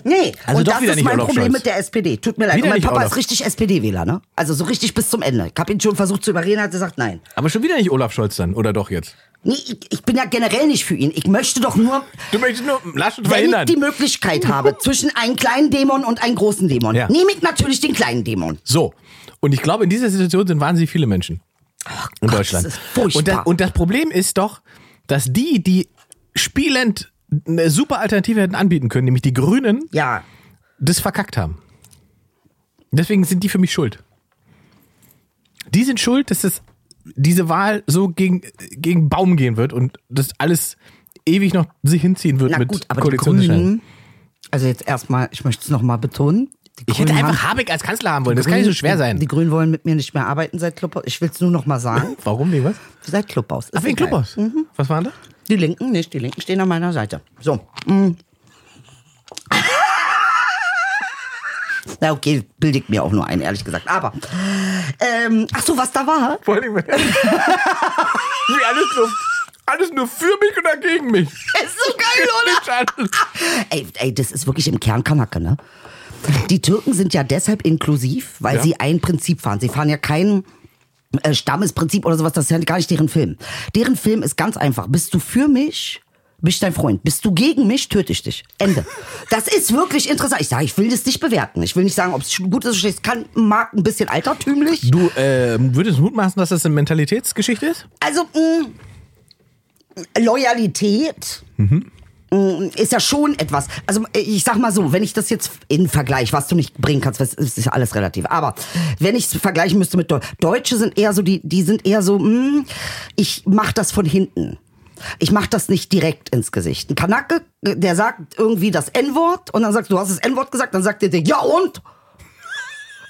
Nee,
Also
und
doch
das
wieder
ist
nicht
mein
Olaf
Problem
Scholz.
mit der SPD. Tut mir leid.
Wieder
Und mein
nicht
Papa
Olaf.
ist richtig SPD-Wähler, ne? Also so richtig bis zum Ende. Ich hab ihn schon versucht zu überreden, hat gesagt, nein.
Aber schon wieder nicht Olaf Scholz dann, oder doch jetzt?
Nee, ich, ich bin ja generell nicht für ihn. Ich möchte doch nur,
Du möchtest nur Laschet
wenn
verhindern.
ich die Möglichkeit habe, zwischen einem kleinen Dämon und einem großen Dämon,
Ja.
nehme ich natürlich den kleinen Dämon.
So. Und ich glaube, in dieser Situation sind wahnsinnig viele Menschen in Deutschland.
Oh das ist furchtbar.
Und, das, und das Problem ist doch, dass die, die spielend eine super Alternative hätten anbieten können, nämlich die Grünen,
Ja.
das verkackt haben. Deswegen sind die für mich schuld. Die sind schuld, dass das, diese Wahl so gegen, gegen Baum gehen wird und das alles ewig noch sich hinziehen wird
Na
mit
gut, aber die
Koalitionsentscheiden.
Grünen, also jetzt erstmal, ich möchte es nochmal betonen. die
Ich hätte
Grünen
einfach
haben-
Habeck als Kanzler haben wollen. Das kann nicht so schwer sein.
Die Grünen wollen mit mir nicht mehr arbeiten seit Clubhaus. Ich will es nur nochmal sagen,
Warum nicht was?
seit Clubhaus. Ist
Ach, wegen
egal.
Clubhaus. Was war denn da?
Die Linken nicht, die Linken stehen an meiner Seite. So. Mm. Na okay, bilde ich mir auch nur ein, ehrlich gesagt. Aber, ähm, ach so, was da war?
Vor allem, wie alles nur, alles nur für mich oder gegen mich.
Ist so geil,
Nicht alles.
Ey, ey, das ist wirklich im Kern Kanake, ne? Die Türken sind ja deshalb inklusiv, weil
Ja.
sie ein Prinzip fahren. Sie fahren ja kein äh, Stammesprinzip oder sowas, das ist ja gar nicht deren Film. Deren Film ist ganz einfach. Bist du für mich? Bist dein Freund. Bist du gegen mich, töte ich dich. Ende. Das ist wirklich interessant. Ich sage, ich will das nicht bewerten. Ich will nicht sagen, ob es gut ist oder schlecht. Es kann, mag ein bisschen altertümlich.
Du äh, würdest mutmaßen, dass das eine Mentalitätsgeschichte ist?
Also, mh, Loyalität mh, ist ja schon etwas. Also, ich sag mal so, wenn ich das jetzt in Vergleich, was du nicht bringen kannst, das ist ja alles relativ. Aber wenn ich es vergleichen müsste mit Deu Deutsche sind eher so, die, die sind eher so, mh, ich mach das von hinten. Ich mach das nicht direkt ins Gesicht. Ein Kanake, der sagt irgendwie das N-Wort und dann sagst du, du hast das N-Wort gesagt, dann sagt er dir, ja und?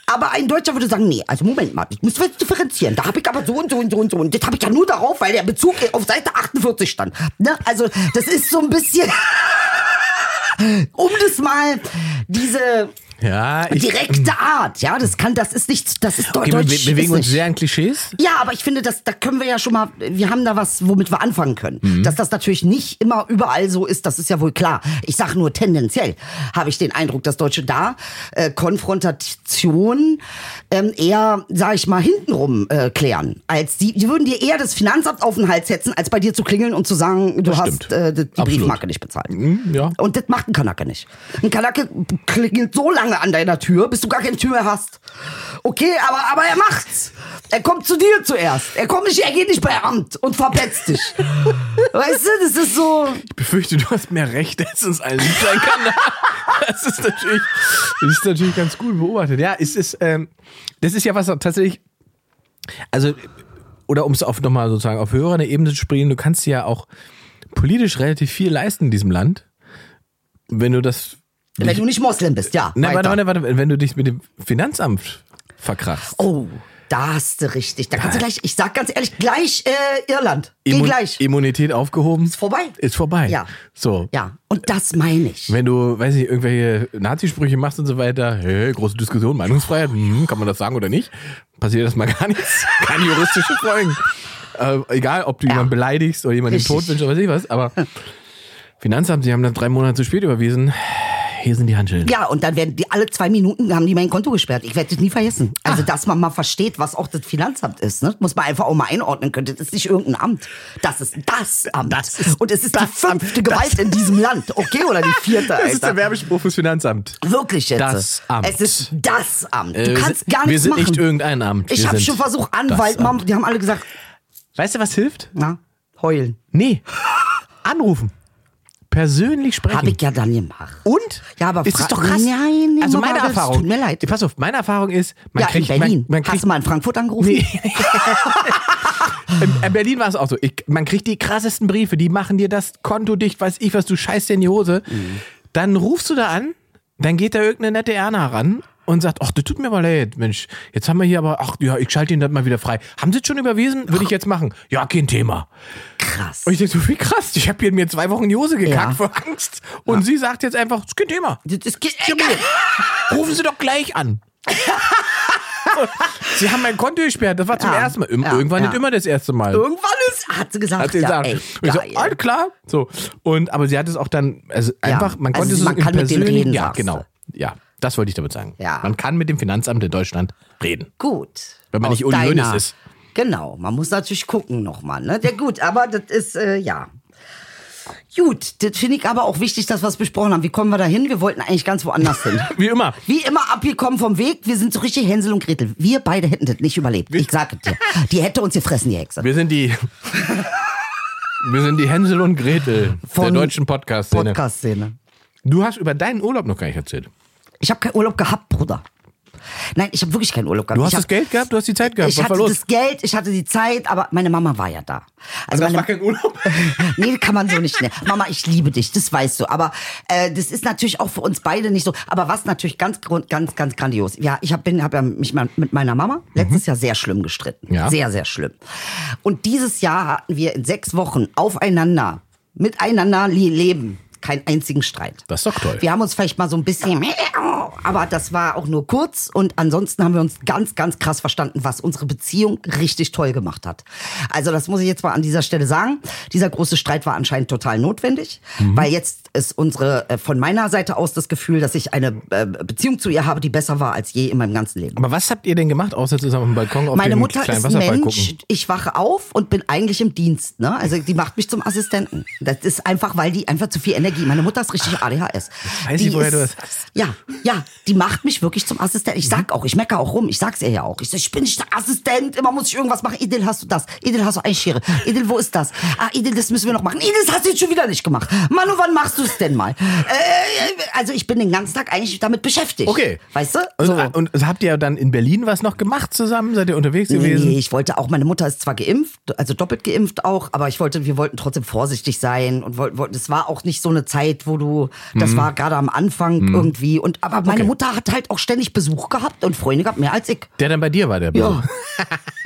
Aber ein Deutscher würde sagen, nee, also Moment mal, ich muss jetzt differenzieren. Da habe ich aber so und so und so und so. Und das habe ich ja nur darauf, weil der Bezug auf Seite 48 stand. Ne? Also das ist so ein bisschen, um das mal, diese
Ja,
direkte Art. Ja, das kann, das ist nicht, das ist
ähm, Okay,
okay,
wir
deutsch.
be- bewegen
ist
uns
nicht.
sehr an Klischees.
Ja, aber ich finde, dass, da können wir ja schon mal, wir haben da was, womit wir anfangen können.
Mhm.
Dass das natürlich nicht immer überall so ist, das ist ja wohl klar. Ich sage nur tendenziell habe ich den Eindruck, dass Deutsche da äh, Konfrontation ähm, eher, sag ich mal, hintenrum äh, klären. Als die, die würden dir eher das Finanzamt auf den Hals setzen, als bei dir zu klingeln und zu sagen, du hast
stimmt.
äh, die
Absolut. Mhm.
Briefmarke nicht bezahlt.
ja.
Und das macht ein Kanake nicht. Ein Kanake klingelt so lange an deiner Tür, bis du gar keine Tür mehr hast. Okay, aber, aber er macht's. Er kommt zu dir zuerst. Er kommt nicht, er geht nicht bei Amt und verpetzt dich. weißt du, das ist so.
Ich befürchte, du hast mehr Recht, als uns allen lieb sein kann. Das ist natürlich, das ist natürlich ganz gut beobachtet. Ja, es ist, ähm, das ist ja was tatsächlich, also, oder um es auf nochmal sozusagen auf höherer Ebene zu spielen, du kannst ja auch politisch relativ viel leisten in diesem Land, wenn du das,
Wenn du nicht Moslem bist, ja.
nein, Ne, warte,
weiter.
warte, warte, wenn du dich mit dem Finanzamt verkrachst.
Oh, da hast du richtig. Da kannst du gleich, ich sag ganz ehrlich, gleich äh, Irland. Geh
Immun-
gleich.
Immunität aufgehoben.
Ist vorbei.
Ist vorbei.
Ja.
So.
Ja, und das meine ich.
Wenn du, weiß nicht, irgendwelche Nazisprüche machst und so weiter, hey, große Diskussion, Meinungsfreiheit, hm, kann man das sagen oder nicht? Passiert das mal gar nichts. Keine juristische Folgen. Äh, egal, ob du jemanden beleidigst oder jemanden den
Richtig.
Tod wünschst oder weiß ich was, aber Finanzamt, sie haben dann drei Monate zu spät überwiesen. Hier sind die Handschellen.
Ja, und dann werden die alle zwei Minuten haben die mein Konto gesperrt. Ich werde das nie vergessen. Also,
Ah.
dass man mal versteht, was auch das Finanzamt ist, ne? Muss man einfach auch mal einordnen können. Das ist nicht irgendein Amt. Das ist das Amt. und es ist die fünfte Gewalt in diesem Land, okay? Oder die vierte,
Das ist der
Alter.
Werbespruch fürs Finanzamt.
Wirklich jetzt.
Das Amt.
Es ist das Amt. Du
Äh, wir
kannst
sind-
gar
Wir
nichts
sind
machen.
nicht irgendein Amt.
ich
Wir
habe
sind
schon versucht,
das
Anwalt,
Amt.
Mom, die haben alle gesagt,
Weißt du, was hilft?
na, heulen.
Nee. Anrufen. Persönlich sprechen.
Habe ich ja dann gemacht.
Und?
Ja, aber
ist
fra-
es doch krass.
Nein, nee,
also
aber
meine
das
Erfahrung.
tut mir leid.
Pass auf, meine Erfahrung ist, man
ja,
kriegt
in Berlin.
Man, man
Hast
kriegt,
du mal in Frankfurt angerufen?
in, in Berlin war es auch so. Ich, man kriegt die krassesten Briefe, die machen dir das Konto dicht, weiß ich was, du scheißt dir in die Hose. Dann rufst du da an, dann geht da irgendeine nette Erna ran und sagt, ach, das tut mir mal leid, Mensch, jetzt haben wir hier aber, ach ja, ich schalte Ihnen das mal wieder frei. Haben Sie es schon überwiesen? Würde ich jetzt machen. Ja, kein Thema.
Krass.
Und ich denke so, wie krass, ich habe hier mir zwei Wochen in die Hose
Ja.
gekackt vor Angst. Und sie sagt jetzt einfach, das ist kein Thema.
Das ist,
Rufen Sie doch gleich an. Sie haben mein Konto gesperrt. Das war zum
Ja,
ersten Mal. Ir-
ja,
Irgendwann
ja.
nicht immer das erste Mal.
Irgendwann ist, hat sie gesagt,
Hat sie
ja,
gesagt.
ey,
und ich so,
geil.
alles klar. So. Und, aber sie hat es auch dann, also einfach, man
also
konnte es
man
im
kann mit denen
Persönlichen-
reden,
Ja,
sagst
genau. Ja, das wollte ich damit sagen.
Ja.
Man kann mit dem Finanzamt in Deutschland reden.
Gut.
Wenn man
Aus
nicht Uli Hoeneß
deiner-
ist.
Genau, man muss natürlich gucken nochmal. Ne? Ja, gut, aber das ist, äh, ja. Gut, das finde ich aber auch wichtig, dass wir es besprochen haben. Wie kommen wir da hin? Wir wollten eigentlich ganz woanders hin.
Wie immer.
Wie immer abgekommen vom Weg, wir sind so richtig Hänsel und Gretel. Wir beide hätten das nicht überlebt. Ich sage dir. Die hätte uns gefressen, die Hexe.
Wir sind die. Wir sind die Hänsel und Gretel der
Von
deutschen Podcast-Szene.
Podcast-Szene.
Du hast über deinen Urlaub noch gar nicht erzählt.
Ich habe keinen Urlaub gehabt, Bruder. Nein, ich habe wirklich keinen Urlaub gehabt.
Du
ich
hast
hab,
das Geld gehabt, du hast die Zeit gehabt.
Ich
Was
hatte
war los?
das Geld, ich hatte die Zeit, aber meine Mama war ja da. Also
Das
meine,
war kein Urlaub.
nee, kann man so nicht nennen. Mama, ich liebe dich, das weißt du. Aber äh, das ist natürlich auch für uns beide nicht so. Aber was natürlich ganz, grund- ganz, ganz grandios. Ja, ich habe hab ja mich mal mit meiner Mama letztes Jahr sehr schlimm gestritten.
Mhm. Ja.
Sehr, sehr schlimm. Und dieses Jahr hatten wir in sechs Wochen aufeinander, miteinander li- leben, keinen einzigen Streit.
Das ist doch toll.
Wir haben uns vielleicht mal so ein bisschen, aber das war auch nur kurz und ansonsten haben wir uns ganz, ganz krass verstanden, was unsere Beziehung richtig toll gemacht hat. Also das muss ich jetzt mal an dieser Stelle sagen. Dieser große Streit war anscheinend total notwendig, weil jetzt ist unsere, äh, von meiner Seite aus das Gefühl, dass ich eine äh, Beziehung zu ihr habe, die besser war als je in meinem ganzen Leben.
Aber was habt ihr denn gemacht, außer zusammen auf dem Balkon auf
Meine
den
Mutter
kleinen
ist
Wasserfall
Mensch,
gucken?
ich wache auf und bin eigentlich im Dienst. Ne? Also die macht mich zum Assistenten. Das ist einfach, weil die einfach zu viel Energie. Meine Mutter ist richtig ADHS.
weiß
die
ich, woher
ist,
du das Mhm. hast.
Ja, ja, die macht mich wirklich zum Assistenten. Ich sag auch, ich meckere auch rum. Ich sag's ihr ja auch. Ich, so, ich bin nicht der Assistent, immer muss ich irgendwas machen. Edel, hast du das? Edel, hast du Eischere? Edel, wo ist das? Ah, Edel, das müssen wir noch machen. Edel, das hast du jetzt schon wieder nicht gemacht. Manu, wann machst du es denn mal? Äh, also ich bin den ganzen Tag eigentlich damit beschäftigt.
Okay.
Weißt du?
Und,
So.
Also, und habt ihr dann in Berlin was noch gemacht zusammen? Seid ihr unterwegs gewesen?
Nee, ich wollte auch, meine Mutter ist zwar geimpft, also doppelt geimpft auch, aber ich wollte, wir wollten trotzdem vorsichtig sein und wollten, wollten es war auch nicht so eine Zeit, wo du, das
Mhm.
war gerade am Anfang irgendwie und, aber meine Mutter hat halt auch ständig Besuch gehabt und Freunde gehabt, mehr als ich.
Der dann bei dir war, der
Ja.
Besuch.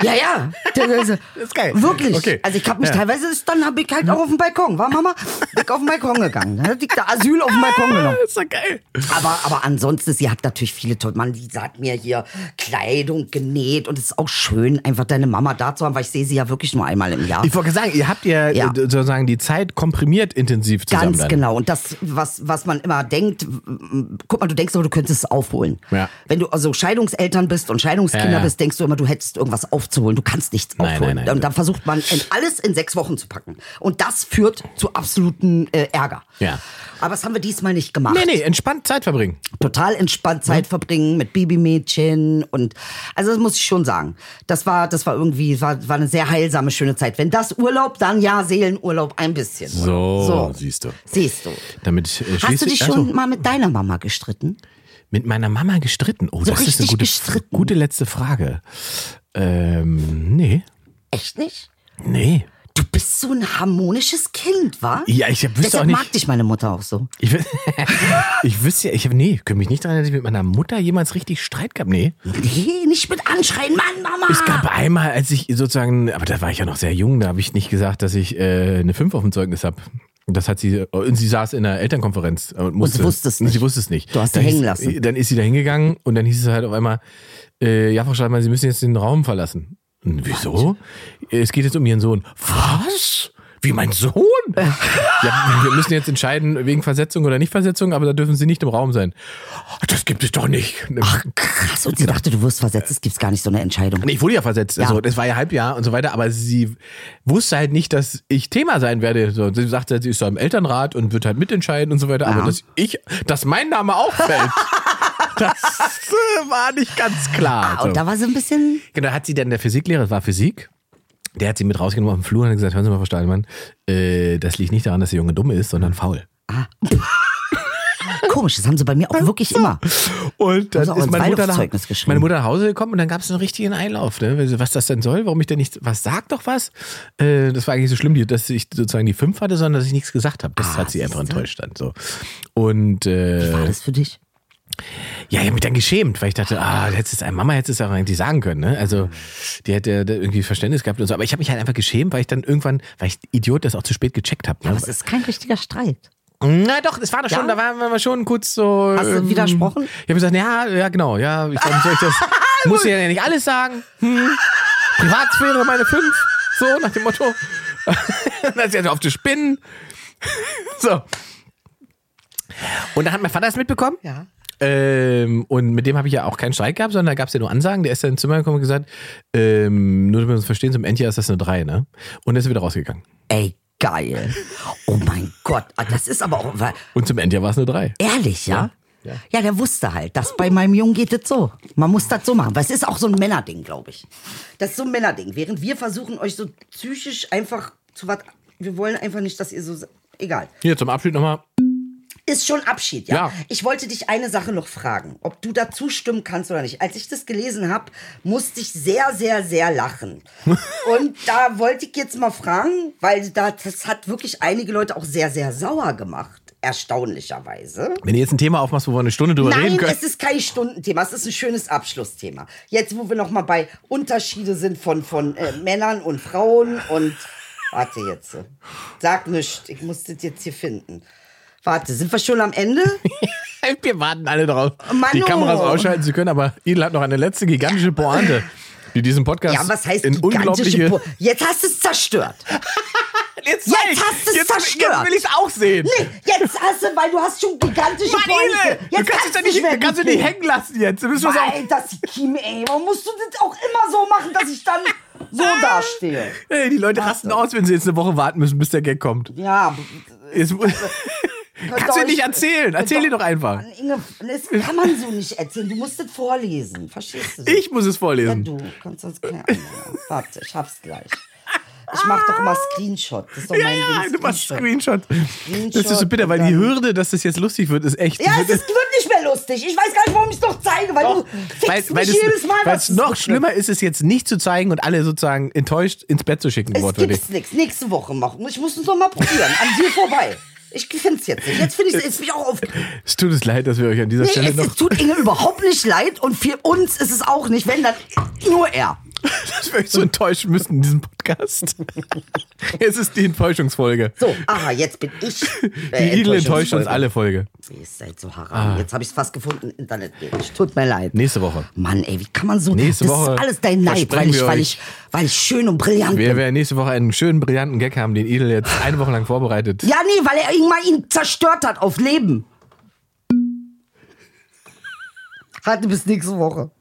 ja, ja. Das ist,
ist geil.
Wirklich.
Okay.
Also ich habe mich
Ja.
teilweise, dann habe ich halt auch auf dem Balkon, war Mama? Bin ich auf den Balkon gegangen. Dann hat die da Asyl auf den Balkon genommen.
Ist doch geil.
Aber, aber ansonsten, sie hat natürlich viele tolle Mann, die hat mir hier Kleidung genäht und es ist auch schön, einfach deine Mama da zu haben, weil ich sehe sie ja wirklich nur einmal im Jahr.
Ich wollte sagen, ihr habt ja,
Ja.
äh, sozusagen die Zeit komprimiert intensiv zusammen.
Ganz
dann.
genau. Und das, was, was man immer denkt, m- guck mal, du denkst immer, du könntest es aufholen.
Ja.
Wenn du also Scheidungseltern bist und Scheidungskinder
Ja, ja.
bist, denkst du immer, du hättest irgendwas aufzuholen. Du kannst nichts
Nein,
aufholen.
nein, nein.
und dann versucht man in, alles in sechs Wochen zu packen. Und das führt zu absoluten äh, Ärger.
Ja.
Aber das haben wir diesmal nicht gemacht
Nee, nee, entspannt Zeit verbringen.
total
Mhm.
entspannt Zeit verbringen mit Babymädchen und also das muss ich schon sagen. Das war das war irgendwie war, war eine sehr heilsame schöne Zeit. Wenn das Urlaub, dann ja Seelenurlaub ein bisschen.
So, siehst du.
Siehst du.
Damit äh,
Hast du dich
Achso,
schon mal mit deiner Mama gestritten?
mit meiner Mama gestritten? Oh, das ist eine
richtig
gute,
gestritten?
gute letzte Frage. Ähm, nee,
Echt nicht?
nee.
Du bist so ein harmonisches Kind, wa?
Ja, ich wüsste
Deshalb
auch nicht-
mag dich meine Mutter auch so.
Ich, wü- ich wüsste ja, ich nee, könnte mich nicht daran erinnern, dass ich mit meiner Mutter jemals richtig Streit gab. Nee.
Nee, nicht mit anschreien, Mann, Mama.
Es gab einmal, als ich sozusagen, aber da war ich ja noch sehr jung, da habe ich nicht gesagt, dass ich äh, eine 5 auf dem Zeugnis habe. Das hat sie, und sie saß in der Elternkonferenz und musste.
wusste es nicht.
Sie wusste es nicht.
Du hast sie
Dann
hängen
hieß- äh,
lassen.
Dann ist sie da hingegangen und dann hieß es halt auf einmal, äh, ja, Frau Schreibmann, Sie müssen jetzt den Raum verlassen. Und wieso? Es geht jetzt um Ihren Sohn. Was? Wie mein Sohn? Ja, wir müssen jetzt entscheiden, wegen Versetzung oder nicht Versetzung, aber da dürfen Sie nicht im Raum sein. Das gibt es doch nicht.
Ach, krass. Und sie dachte, du wirst versetzt. Es gibt gar nicht so eine Entscheidung.
Nee, ich wurde ja versetzt. Also,
Ja.
das war ja Halbjahr und so weiter, aber sie wusste halt nicht, dass ich Thema sein werde. So, sie sagte, sie ist so im Elternrat und wird halt mitentscheiden und so weiter, aber dass ich, dass mein Name auch fällt. das äh, war nicht ganz klar.
Ah, und da war sie ein bisschen.
Genau, hat sie dann der Physiklehrer, das war Physik, der hat sie mit rausgenommen auf den Flur und hat gesagt, hören Sie mal, Frau Stahlmann, äh, das liegt nicht daran, dass der Junge dumm ist, sondern faul.
Komisch, das haben sie bei mir
Hm?
auch wirklich immer.
Und
Haben
dann
sie auch
ist
ins
meine Mutter, nach,
Waldorfzeugnis geschrieben.
meine Mutter nach Hause gekommen und dann gab es einen richtigen Einlauf. Ne? Weil sie, Was das denn soll, warum ich denn nicht, was sagt doch was? Äh, das war eigentlich so schlimm, die- dass ich sozusagen die fünf hatte, sondern dass ich nichts gesagt habe. Das
Ah,
hat sie einfach
siehste.
enttäuscht dann so. Und äh,
War das für dich?
ja, ich habe mich dann geschämt, weil ich dachte, ah, du hättest es, Mama hätte es auch eigentlich sagen können. Ne? Also die hätte da irgendwie Verständnis gehabt und so. Aber ich habe mich halt einfach geschämt, weil ich dann irgendwann, weil ich Idiot das auch zu spät gecheckt habe.
Aber
Ne?
es ist kein richtiger Streit.
Na doch, es war doch schon,
Ja?
da waren wir schon kurz so. ähm,
Hast du widersprochen? Also
Ich habe gesagt, ja, ja, genau, ja, ich, warum soll ich das? Muss ja nicht alles sagen. Hm. Privatsphäre meine fünf. So, nach dem Motto. dann ist ja auf zu spinnen. so. Und dann hat mein Vater es mitbekommen.
Ja.
Ähm, und mit dem habe ich ja auch keinen Streit gehabt, sondern da gab es ja nur Ansagen. Der ist dann ins Zimmer gekommen und gesagt, ähm, nur damit wir uns verstehen, zum Endjahr ist das eine 3, ne? Und er ist wieder rausgegangen.
Ey, geil. Oh mein Gott, ah, das ist aber auch weil-
Und zum Endjahr war es eine 3.
ehrlich, ja? Ja, der wusste halt, dass bei meinem Jungen geht das so. Man muss das so machen. Weil es ist auch so ein Männerding, glaube ich. Das ist so ein Männerding. Während wir versuchen, euch so psychisch einfach zu was. Wir wollen einfach nicht, dass ihr so. Egal.
Hier zum Abschied nochmal.
Ist schon Abschied, ja?
Ja.
Ich wollte dich eine Sache noch fragen, ob du dazu stimmen kannst oder nicht. Als ich das gelesen habe, musste ich sehr, sehr, sehr lachen. Und da wollte ich jetzt mal fragen, weil da, das hat wirklich einige Leute auch sehr, sehr sauer gemacht. Erstaunlicherweise.
Wenn ihr jetzt ein Thema aufmachst, wo wir eine Stunde drüber reden
Nein,
können.
es ist kein Stundenthema, es ist ein schönes Abschlussthema. Jetzt, wo wir nochmal bei Unterschiede sind von, von äh, Männern und Frauen und. Warte jetzt. Sag nichts, ich muss das jetzt hier finden. Warte, sind wir schon am Ende?
Wir warten alle drauf.
Manu.
Die Kameras ausschalten zu können, aber Idel hat noch eine letzte gigantische Pointe, die diesen Podcast
Ja, was heißt
in unglaubliche...
gigantische Po Jetzt hast du es zerstört.
jetzt
Jetzt
sag ich,
hast du's
jetzt,
zerstört.
Jetzt will ich es auch sehen.
Nee, jetzt hast du, weil du hast schon gigantische
Mann, Edel,
Pointe.
du kannst es ja nicht, du kannst es nicht hängen lassen jetzt. Du müssen was auch,
Weil das Kim, ey, warum musst du das auch immer so machen, dass ich dann so
Ah!
dastehe?
ey, die Leute rasten aus, wenn sie jetzt eine Woche warten müssen, bis der Gag kommt.
Ja,
Jetzt, kannst du
euch-
nicht erzählen. Erzähl dir
könnt
doch einfach.
Mann, Inge, das kann man so nicht erzählen. Du musst das vorlesen. Verstehst du? das?
Ich muss es
Ja,
vorlesen.
du kannst sonst keine Ahnung. Warte, ich hab's gleich. Ich mach doch mal Screenshot. Das ist doch
Ja,
mein
ja,
Ding,
du machst Screenshot. Das ist so
Screenshot
bitter,
und
weil die
dann-
Hürde, dass das jetzt lustig wird, ist echt.
Ja, es ist, wird nicht mehr lustig. Ich weiß gar nicht, warum ich es noch zeige, weil du fickst
weil, weil
mich jedes
es,
Mal.
weil
was
es
ist
noch
das?
schlimmer ist, es jetzt nicht zu zeigen und alle sozusagen enttäuscht ins Bett zu schicken,
Es
wortwörtlich.
gibt's nichts. Nächste Woche machen. Ich muss es noch mal probieren. An dir vorbei. Ich find's jetzt nicht. Jetzt finde ich es mich auch auf.
Es tut uns leid, dass wir euch an dieser
Nee,
Stelle
es,
noch,
es tut Inge überhaupt nicht leid und für uns ist es auch nicht. Wenn dann nur er.
dass wir euch so enttäuschen müssen in diesem Podcast. es ist die Enttäuschungsfolge.
So, ah, aha, jetzt bin ich. äh,
Die Idel enttäuscht uns alle Folge.
Ihr seid so haram. Jetzt habe ich es fast gefunden, Internetbild. Tut mir leid.
Nächste Woche.
Mann, ey, wie kann man so.
Nächste
das
Woche
ist alles dein Neid, weil
versprechen
ich,
wir
weil,
euch.
ich, weil ich schön und brillant
Wir
bin.
werden nächste Woche einen schönen, brillanten Gag haben, den Idel jetzt eine Woche lang vorbereitet.
Ja, nee, weil er irgendwann ihn zerstört hat auf Leben. Hatte bis nächste Woche.